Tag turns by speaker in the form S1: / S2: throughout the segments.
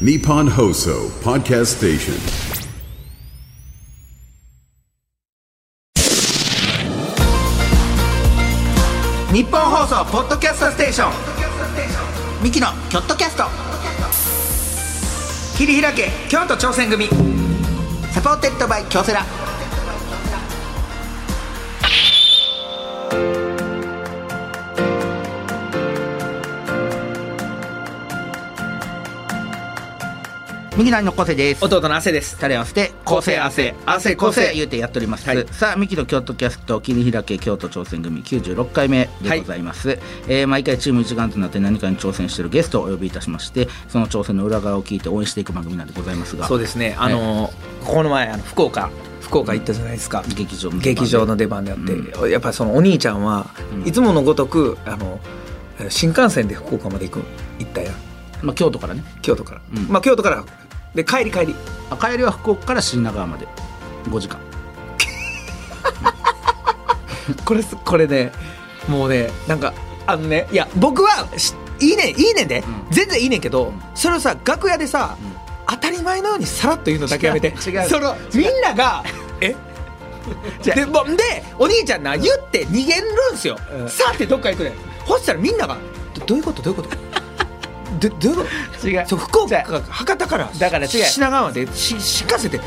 S1: Nippon Hoso Podcast Station.
S2: 日本放送ポッドキャストステーションミキのキョットキャスト切り開け京都挑戦組サポーテッドバイ京セラミキの兄の昴生です
S3: 弟の汗です。
S2: タレを合わせて
S3: 構成汗
S2: 汗
S3: 汗
S2: 構
S3: 構
S2: 成
S3: 成
S2: 言うてやっております、
S3: はい
S2: さあミキの京都キャスト切り開け京都挑戦組96回目でございます、えー毎回チーム一丸となって何かに挑戦しているゲストをお呼びいたしましてその挑戦の裏側を聞いて応援していく番組なんでございますが
S3: そうですね。あのーこの前あの福岡福岡行ったじゃないですか。
S2: 劇場の出番で
S3: 劇場の出番であって、やっぱりそのお兄ちゃんは、いつものごとくあの新幹線で福岡まで行く行ったやん
S2: まあ、京都からね
S3: 京都から。
S2: うん
S3: まあ京都からで帰り帰り。
S2: あ帰りは福岡から新長浜まで5時間
S3: これすこれねもうねなんかあのねいや僕はしいいねんいいねんで、
S2: ん
S3: 全然いいねんけど、それをさ楽屋でさ、当たり前のようにさらっと言うのだけやめて
S2: 違う違う
S3: そのみんながえでもうでお兄ちゃんな言って逃げるんすよ、
S2: うん
S3: さってどっか行くねんほしたらみんながどどういうことどういうことど どういうこと
S2: 違う
S3: そう福岡博多から
S2: だから違う
S3: 品川までし新幹線でど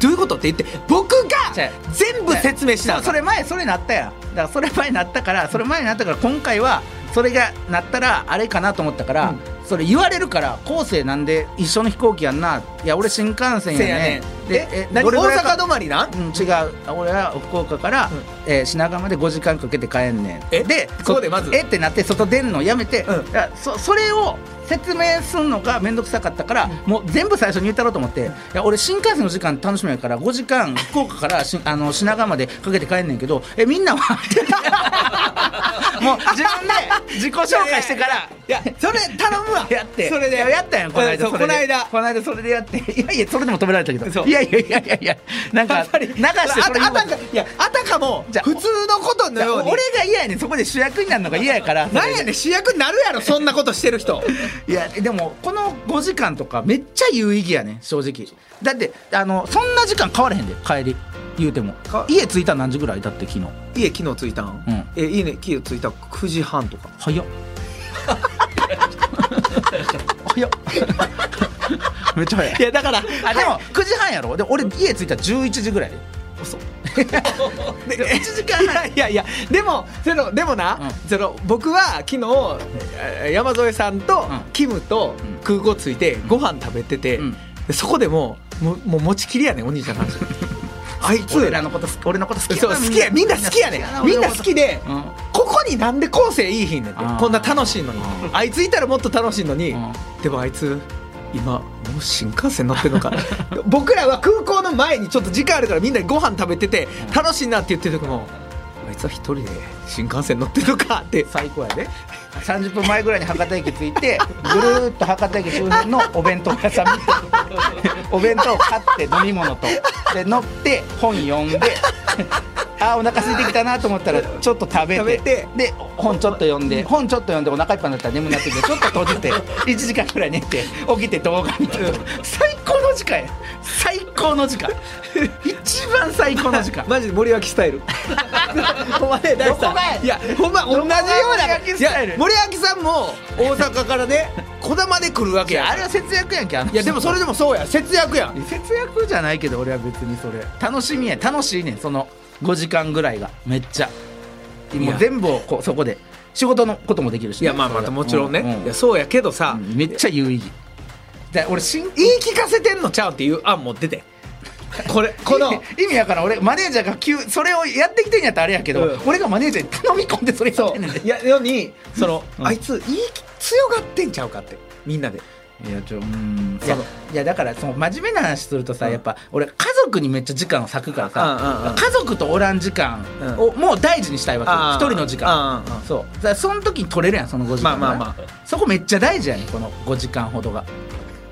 S3: どういうことって言って僕が
S2: 違う
S3: 全部説明しなあかん
S2: それ前それなったやんだからそれ前なったからそれ前になったから今回はそれがなったらあれかなと思ったから、それ言われるから後世なんで一緒の飛行機やんないや俺新幹線や
S3: せや
S2: ね
S3: ね
S2: ん
S3: でえ何
S2: どれぐらい
S3: 大
S2: か
S3: 阪止まりなん
S2: うん、違う俺は福岡から、えー品川まで5時間かけて帰んねん
S3: え
S2: で
S3: そこでまず
S2: えってなって外出んのやめて、
S3: うん
S2: いやそそれを説明すんのが面倒くさかったから、もう全部最初に言ったろうと思って、いや俺新幹線の時間楽しみやから5時間福岡からしあの品川までかけて帰んねんけどえみん なはもう自分で自己紹介してから
S3: いやそれ頼むわ
S2: やって
S3: それで
S2: いややったやんこの間
S3: そう
S2: それで
S3: この間
S2: この間それでやって いやいやそれでも止められたけ
S3: そ
S2: ど
S3: う
S2: いやいやいやいやいやなんか
S3: やっぱり
S2: 流してそれ
S3: ああ
S2: 言うの
S3: たかいやあたかも
S2: じゃあ
S3: 普通のことのように
S2: 俺が嫌やねんそこで主役になるのが嫌やから
S3: なんやねん主役になるやろそんなことしてる 人
S2: いやでもこの5時間とかめっちゃ有意義やねん正直だってあのそんな時間変われへんで帰り言うても
S3: か
S2: 家着いたの何時ぐらいだって昨日
S3: 家昨日着いたん、
S2: うん
S3: え家ね昨日着いた9時半とか
S2: 早っ早っ めっちゃ早い
S3: いやだから
S2: あでも9時半やろで俺家着いたら11時ぐらい
S3: 遅っ
S2: で1時間半
S3: いやいやでもそのでもな、
S2: うん
S3: その僕は昨日えー山添さんと
S2: うん
S3: キムと
S2: うん
S3: 空港着いてご飯食べてて、
S2: うん
S3: でそこでもうもうもう持ちきりやねんお兄ちゃんの 話あいつ
S2: 俺らのこと好き俺のこと好き
S3: そう好きやみんな好きやねんみんな好きで、
S2: うん
S3: ここになんで後世いいひんねんって
S2: あー
S3: こんな楽しいのに
S2: うん
S3: あいついたらもっと楽しいのに、
S2: うん
S3: でもあいつ今もう新幹線乗ってる のか僕らは空港の前にちょっと時間あるからみんなでご飯食べてて楽しいなって言ってる時もあいつは一人で新幹線乗ってるのかって
S2: 最高や で30分前ぐらいに博多駅着いて ぐるーっと博多駅周辺のお弁当屋さん見てお弁当買って飲み物とで乗って本読んで あーお腹空いてきたなと思ったらちょっと食べて
S3: 食べて
S2: で本ちょっと読んで本ちょっと読んでお腹いっぱいになったら眠くなってきてちょっと閉じ て1時間ぐらい寝て起きて動画見て最高の時間や最高の時 間一番最高の時間
S3: マジで森脇スタイ ルお前大
S2: どこ
S3: さ
S2: がや
S3: んいやほんま同じような
S2: どこが森脇スタイ
S3: い
S2: ル
S3: や森脇さんも大阪からね こだまで来るわけ
S2: いや
S3: や
S2: あれは節約やんけあの人
S3: いやでもそれでもそうや節約やん
S2: 節約じゃないけど俺は別にそれ楽しみや楽しいねんその5時間ぐらいがめっちゃ
S3: い
S2: も
S3: や
S2: う全部をこうそこで仕事のこともできるし
S3: い
S2: ね、
S3: やまあま
S2: そ
S3: あ
S2: れ
S3: もちろんね、
S2: うう
S3: いやそうやけどさ、
S2: うんめっちゃ有意義だから俺新
S3: 言い聞かせてんのちゃうっていう案も出てこれこ の
S2: 意味やからん俺マネージャーが急それをやってきてんやったらあれやけ
S3: う
S2: ど、
S3: ん
S2: 俺がマネージャーに頼み込んでそれやっ
S3: そ
S2: てんねんで
S3: ういやよにその、
S2: うん
S3: あいつ言いき強がってんちゃうかってみんな で
S2: いやちょうんい
S3: そ
S2: や
S3: の
S2: いやだからその真面目な話するとさ、
S3: うん
S2: やっぱ俺家族にめっちゃ時間を割くからさ、
S3: うんうんうん
S2: 家族とおらん時間をもう大事にしたいわけよ
S3: あー
S2: 一、人の時間、
S3: うんうんうん
S2: そうだからその時に取れるやんその5時間が
S3: まあまあま
S2: そこめっちゃ大事やねんこの5時間ほどが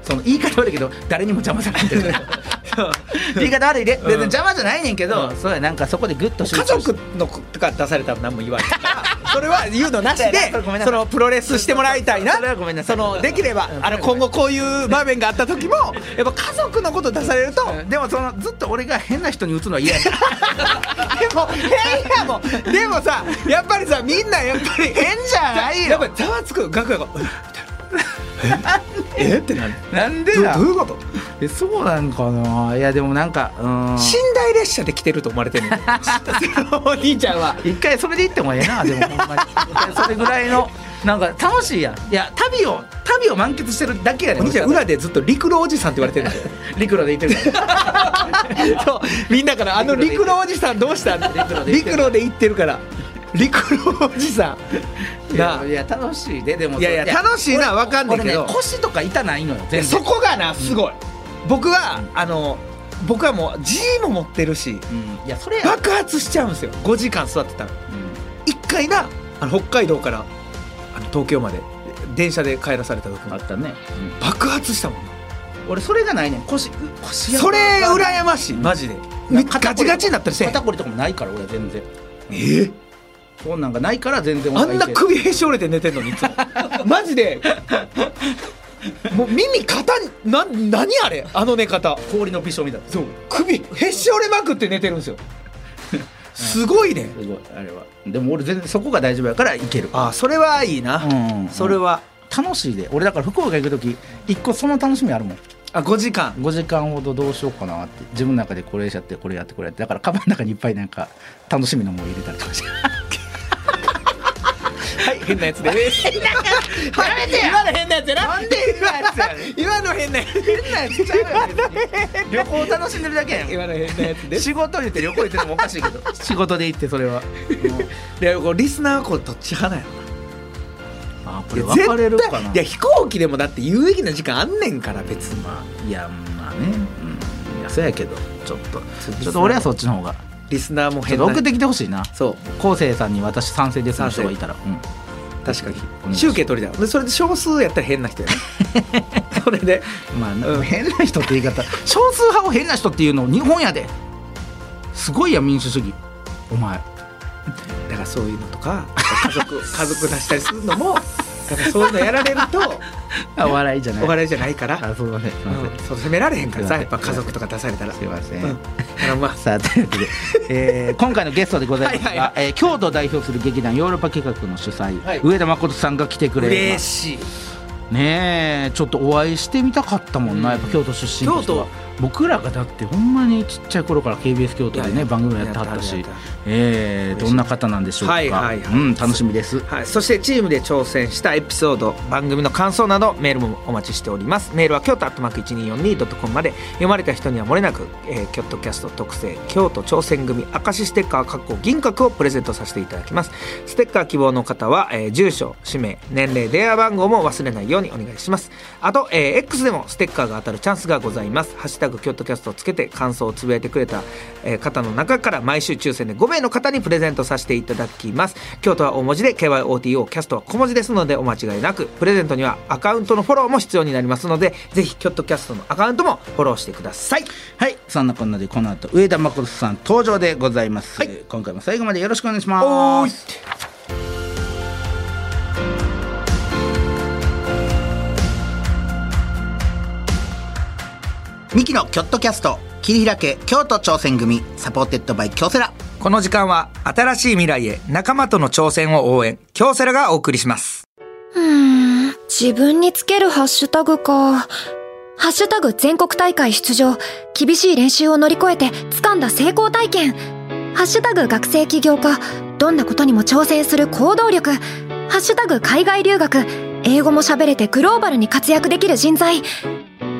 S2: その言い方悪いけど誰にも邪魔されてる 言い方悪いで別に邪魔じゃないねんけど、
S3: うん
S2: そうやなんかそこでグッと集
S3: 家
S2: 中して
S3: 族のことか出されたら何も言わないからそれは言うのなし
S2: そうや
S3: で
S2: なそれ ごめんなさ
S3: そ
S2: い
S3: のプロレスしてもらいたいな
S2: それはごめんなさい
S3: のできれば
S2: うん
S3: あの今後こういう場面があった時もやっぱ家族のこと出されると
S2: うんでもそのずっと俺が変な人に打つのは嫌や
S3: でも変やもんでもさやっぱりさみんなやっぱり変じゃないよやっぱりざわつくよ楽屋が「えみたいな「ええってなる
S2: なんで
S3: ど
S2: だ
S3: どういうこと
S2: えそうなんかないやでもなんかうん
S3: 寝台列車で来てると思われてる お兄ちゃんは
S2: 一回それで行ってもええなでもほんまに それぐらいのなんか楽しいやんいや旅を旅を満喫してるだけやね
S3: お兄ちゃん裏でずっと陸路おじさんって言われてるんですよ
S2: 陸路で行って るから
S3: そうみんなから「あの陸路おじさんどうした?」って陸路で行ってるから陸路おじさん
S2: い
S3: な
S2: や
S3: あ
S2: いや楽しいででも
S3: いやいや楽しいなわかんねんけど
S2: 俺ね腰とか痛ないのよ
S3: いや
S2: 全
S3: そ
S2: 然
S3: こがなすごい、僕はあの僕はもう G も持ってるし
S2: うんいやそれや
S3: 爆発しちゃうんですよ5時間座ってたら一回なあの北海道からあの東京まで電車で帰らされた時
S2: うん
S3: も
S2: あったね
S3: 爆発したもんな
S2: 俺それがないねん腰う腰や
S3: それ羨ましいマジで
S2: な
S3: ガチガチになったりせえへん
S2: 肩こりとかもないから俺全然
S3: え
S2: そうなんかないから全然
S3: あ
S2: 俺
S3: んな首へし折れて寝てんのにいつ もマジでもう耳肩にな何あれあの寝方
S2: 氷の美少みたいなそう
S3: 首へし折れまくって寝てるんですよすごいね
S2: すごいあれはでも俺全然そこが大丈夫やからいける
S3: あそれはいいな、
S2: うん
S3: それは
S2: 楽しいで俺だから福岡行く時一個その楽しみあるもん
S3: あ5時 間
S2: 5時間ほどどうしようかなって自分の中でこれやってこれやってこれやってだからカバンの中にいっぱいなんか楽しみのもの入れたりとかして
S3: はい変なやつ でやめて今の変なやつやな
S2: なんで変なやつやね
S3: 今の変なやつ
S2: 変なやつちゃうやん 旅行楽しんでるだけやん
S3: 今の変なやつで
S2: 仕事言って旅行行ってのもおかしいけど仕事で行ってそれは、
S3: いやこうリスナーはこれどっち派なんやろ
S2: あこ
S3: い
S2: れ
S3: や
S2: 分かれるか
S3: 絶
S2: な
S3: 対いや飛行機でもだって有意義な時間あんねんから別に
S2: まあいやまあねうんいやそうやけどちょっとちょっと俺はそっちの方が
S3: リスナーも
S2: ちょっ
S3: 変
S2: と
S3: な
S2: 送ってきてほしいな
S3: そう
S2: 昴生さんに私賛成ですの人がいたら、うん
S3: 確か
S2: うん
S3: に集計取りだでそれで少数やったら変な人 やなそれで
S2: まあ、
S3: うん
S2: 変な人って言い方少数派を変な人っていうの日本やですごいや民主主義お前
S3: だからそういうのとか家 族家族出したりするのもだからそういうのやられると
S2: あ笑いじゃない
S3: お笑いじゃないから
S2: あそうだねすいません
S3: うんそう責められへんからさ
S2: す
S3: や
S2: い
S3: っ
S2: ません
S3: ぱ家族とか出されたら
S2: すいません
S3: うんあのまあ
S2: さあというわけで、えー今回のゲストでございますが
S3: はいはい
S2: えー京都を代表する劇団ヨーロッパ企画の主催、
S3: はい
S2: 上田誠さんが来てくれま
S3: 嬉
S2: す
S3: しい
S2: ねえちょっとお会いしてみたかったもんな、
S3: うん
S2: やっぱ京都出身としては
S3: 京
S2: 僕らがだってほんまにちっちゃい頃から KBS 京都で
S3: いや
S2: ね番組もやってはった
S3: や
S2: し
S3: ったやった
S2: えーどんな方なんでしょうか、
S3: はいはいはい
S2: うん、楽しみです
S3: はい、そしてチームで挑戦したエピソード番組の感想などメールもお待ちしておりますメールは京都アットマーク 1242.com まで読まれた人にはもれなく、えー、キョットキャスト特製京都挑戦組明石ステッカーかっこ銀閣をプレゼントさせていただきますステッカー希望の方は、えー住所氏名年齢電話番号も忘れないようにお願いしますあと、えー X でもステッカーが当たるチャンスがございます「ハッシュタグ京都キャスト」をつけて感想をつぶやいてくれた、えー方の中から毎週抽選で5名の方にプレゼントさせていただきます京都は大文字で KYOTO キャストは小文字ですのでお間違いなくプレゼントにはアカウントのフォローも必要になりますのでぜひ京都キャストのアカウントもフォローしてください
S2: はい、そんなこんなでこの後上田誠さん登場でございます、
S3: はい
S2: 今回も最後までよろしくお願いし
S3: お
S2: ま
S3: ーい
S2: すミキのキョットキャスト切り開け京都挑戦組サポーテッドバイ京セラ
S3: この時間は新しい未来へ仲間との挑戦を応援京セラがお送りします
S4: うーん自分につけるハッシュタグか。ハッシュタグ全国大会出場。厳しい練習を乗り越えて掴んだ成功体験。ハッシュタグ学生起業家。どんなことにも挑戦する行動力。ハッシュタグ海外留学。英語も喋れてグローバルに活躍できる人材。って、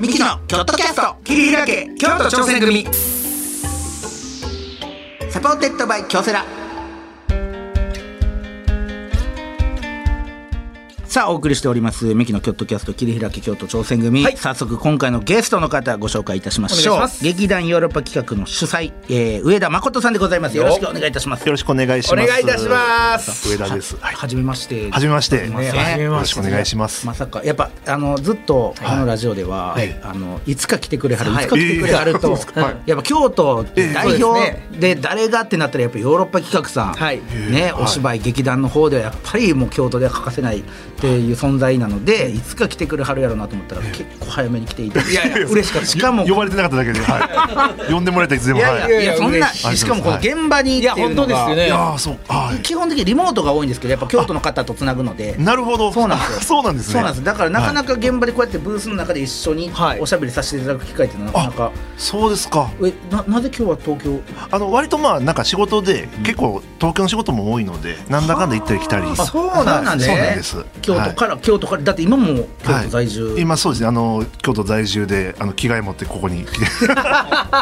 S3: ミキの京都キャスト切り開け京都挑戦組
S2: サポーテッドバイ京セラさあお送りしておりますミキのキョットキャスト切り開き京都挑戦組、
S3: はい
S2: 早速今回のゲストの方ご紹介いたしましょ
S3: お
S2: う
S3: 願いします
S2: 劇団ヨーロッパ企画の主催、えー上田誠さんでございますよろしくお願いいたします
S5: よろしくお願いします。
S3: お願いいたします
S5: 上田です。はい。
S2: はじめまして
S5: はじめまして。
S2: ねはじめ
S5: よ
S2: ま
S5: ろ
S2: し
S5: してくお願いします
S2: ま。さかやっぱあのずっとこのラジオでは、
S5: はい
S2: い
S5: はい
S2: あのいつか来てくれはる、
S3: はい
S2: い、つか来てくれはると、
S5: えーそうですかはい
S2: やっぱ京都代表で誰がってなったらやっぱヨーロッパ企画さん、
S3: はい
S2: ね、お芝居劇団の方ではやっぱりもう京都では欠かせないっていう存在なのでいつか来てくれはるやろうなと思ったら結構早めに来ていただいていやいや嬉しかったしかも
S5: 呼ばれてなかっただけで、 はい。呼んでもらえたいつで
S2: い
S5: も、
S2: やい
S5: はい。
S2: やいやそんな
S3: 嬉
S5: しい
S2: しかもこの現場に
S3: い
S2: って
S3: や
S2: いう
S3: 本
S2: の
S3: 当で
S2: が
S3: すよ
S5: い
S3: ね
S5: やー、そう。はい。
S2: 基本的にリモートが多いんですけどやっぱ京都の方とつなぐので
S5: なるほど。
S2: そうなんですよ
S5: あ そうなんですね。
S2: そうなんですだからなかな
S5: か。
S2: か現場でこうやってブースの中で一緒に
S3: はい
S2: おしゃべりさせていただく機会ってなかなか、
S5: そうですか。
S2: えななぜ今日は東京
S5: あの割とまあなんか仕事で結構東京の仕事も多いので、なんだかんだ行ったり来たり。
S2: そうなんですね
S5: そうなんです
S2: 京都から、京都からだって今も京都在住、
S5: はい今そうですね。あの京都在住であの着替え持ってここに来て。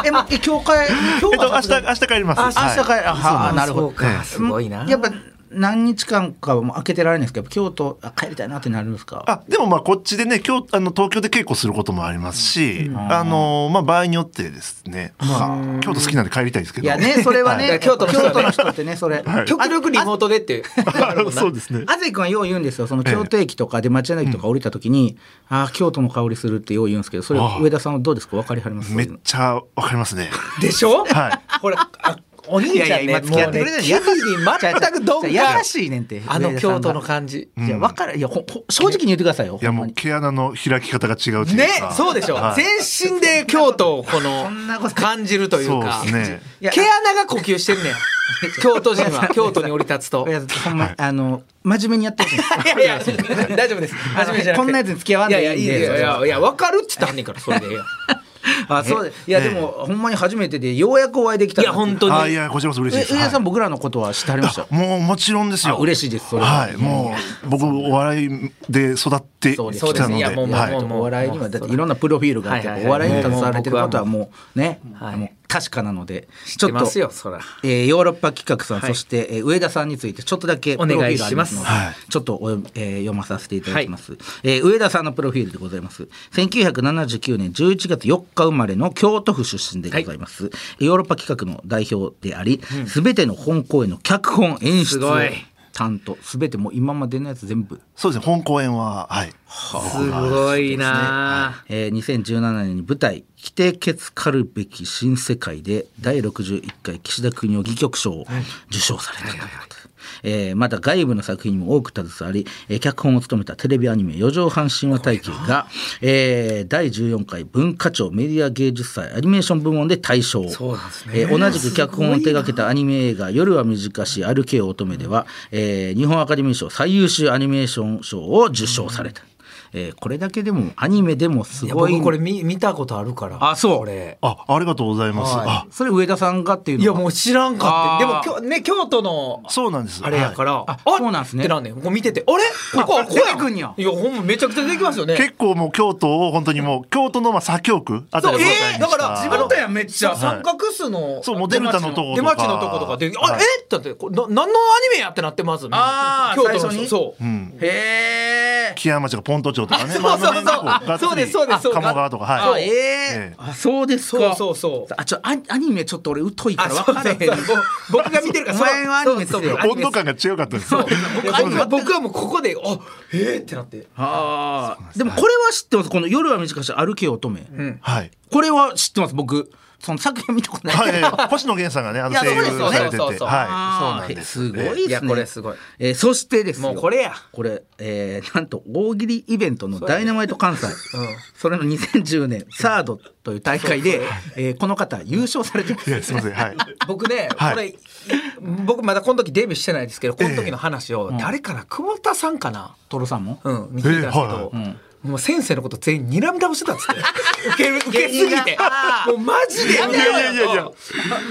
S2: えまえ今日かえ今
S5: え
S2: 日
S5: っと明
S2: は
S5: 日 明日帰ります。
S2: あ明日帰
S5: はい
S2: あはあなるほ
S3: そ
S2: ど
S3: うかすごいな
S2: やっぱ何日間かはもう開けてられないですけどやっぱ京都あ帰りたいなってなるんですか
S5: あでもまあこっちでね今日あの東京で稽古することもありますし、あのまあ場合によってですね、まあ、京都好きなんで帰りたいですけど
S2: いやねそれは
S5: い
S2: ね、
S3: はい京都の人はね
S2: 京都の人ってねそれ、
S3: 極力リモートでって
S5: そうですね
S2: あぜくんはよう言うんですよ、その京都駅とかで町柳とか降りたときに、ああ、京都の香りするってよう言うんですけど、それ
S5: ああ、
S2: 上田さんはどうですか、分かりはります
S5: めっちゃわかりますね
S3: でしょ
S5: はい
S3: ほらあお兄ちゃんねもうねキウイに全くどん
S2: や
S3: が
S2: らしいねんて
S3: あの京都の感じ
S2: じいや分からいやほほ正直に言ってくださいよ
S5: いや
S2: ほん
S5: も
S2: ま
S5: う
S2: に
S5: 毛穴の開き方が違うっていうか
S3: ねそうでしょ
S5: はい
S3: 全身で京都をこの
S2: そんなこと
S3: 感じるというか
S5: そうですね
S2: いや
S3: 毛穴が呼吸してんねん京都人は京都に降り立つと
S2: いやほんまあの真面目にやってほしいんで す
S3: いやいや大丈夫です初めじゃなくて
S2: こんなやつに付き合わんでいいんで
S3: いやいやいやいや分かるっつってはんねんからそれでいや
S2: あそうでいやでもほんまに初めてでようやくお会いできた
S3: いや本当
S5: あい
S3: に
S5: やこちらこそ嬉しい
S2: え
S5: です
S2: 上田さん
S5: は
S2: 僕らのことは知ってはりました
S5: いもうもちろんですよ
S2: あ嬉しいですそれは
S5: はいもう僕お笑いで育ってき
S2: そうです
S5: たの
S3: い
S5: で
S3: やもうもう
S5: はい
S3: もう
S2: お笑いにはだっていろんなプロフィールがあって
S3: はいはいはい
S2: お笑いに携われてることはもうね
S3: はい
S2: もう確かなのでち
S3: 知ってますよそら
S2: えーヨーロッパ企画さん、
S3: はい
S2: そして、えー上田さんについてちょっとだけプ
S3: お
S2: ロフィールあ
S3: 願い
S2: りますので
S3: します
S5: はい
S2: ちょっとお、えー読まさせていただきます、えー上田さんのプロフィールでございます1979年11月4日生まれの京都府出身でございます、ヨーロッパ企画の代表であり、すべての本公演の脚本演
S3: す
S2: 出を
S3: ごい
S2: 担当すべてもう今までのやつ全部
S5: そうですね本公演ははい
S3: すごいな
S2: えー2017年に舞台「規定けつかるべき新世界」で第61回岸田邦夫戯曲賞を受賞されたということでえーまた外部の作品にも多く携わり、えー脚本を務めたテレビアニメ「四畳半神話体系が」えー第14回文化庁メディア芸術祭アニメーション部門で大賞を
S3: そうなんですね
S2: えー同じく脚本を手掛けたアニメ映画「夜は短し歩けよ乙女」では、えー日本アカデミー賞最優秀アニメーション賞を受賞された。えーこれだけでもアニメでもす
S3: いや
S2: ごい
S3: 僕これ見見たことあるから
S2: あそう
S3: これ
S5: あありがとうございます
S3: はい
S5: あ
S2: それ上田さんがっていうの
S3: いや
S2: は
S3: もう知らんか
S2: あー
S3: ってでもきょね京都の
S5: そうなんです
S3: あれやから、
S2: いあ
S3: あ
S2: そうなんすね
S3: ってなんねんこう見ててあれここ
S2: あ
S3: ここや
S2: 出てくんや
S3: いやほんまめちゃくちゃ出てきますよね
S5: 結構もう京都を本当にもう京都のまあ左京区あたりを舞台にした
S3: だから
S2: 自分とやんめっちゃ
S3: 三角数の
S5: そうもうデルタのとことか
S3: 出待ちのとことかであ
S5: はい
S3: えっだってこれな何のアニメやってなってます
S2: あー
S3: 京都の人
S2: 最初に
S3: そう
S2: へえ
S5: 木屋町とかポント町とかね。
S3: そう
S5: まああの辺
S3: そうそう
S5: 結構がっつり
S3: そうですそうですそう
S5: 鴨川とか
S3: そ
S5: は
S3: う
S5: い。
S2: ええ
S5: え
S2: あそうですか
S3: そうそうそう
S2: あちょアニアニメちょっと俺疎いか
S3: あ
S2: ら
S3: そうそ
S2: 分
S3: う
S2: か
S3: そ
S2: れへ
S3: うん僕僕が見てるから
S2: そう前はアニメ
S3: そう
S2: ですよ
S3: そう
S5: 温度感が違かったんですよ。
S3: いや僕は僕はもうここであえーってなって
S2: あーでもこれは知ってますこの「夜は短し歩けよ乙女」
S5: はい。
S2: これは知ってます僕その作品見たことない
S5: は
S2: け
S5: い
S2: ど
S5: ええ。星野源さんがね、あの
S3: いや
S5: 声優
S3: そうです
S5: さ
S3: よ
S5: れ
S3: ね
S5: てて。
S3: そ
S5: は
S3: う
S5: い。
S3: そう
S5: そ
S3: そうう
S5: なん
S2: あー
S5: です。
S2: すごいですね。
S3: いやこれすごい
S2: えーそしてですよ。
S3: もうこれや
S2: これ、えーなんと大喜利イベントのダイナマイト関西。そ,、れの2010年サードという大会で、えーこの方優勝されてます
S5: い。やすみません。 はい。
S3: 僕ね、
S5: はい
S3: これい僕まだこの時デビューしてないですけどこの時の話を誰かな、久保田さんかな、
S2: トロさんも。
S3: うん、に聞いたんですけ
S5: えはいは
S3: ど、
S5: い
S3: もう先生のこと全員睨み倒してたっつって受け受けすぎてもうマジでや
S5: い
S3: め
S5: や
S3: ろ
S5: い
S3: よと
S5: やいやいや。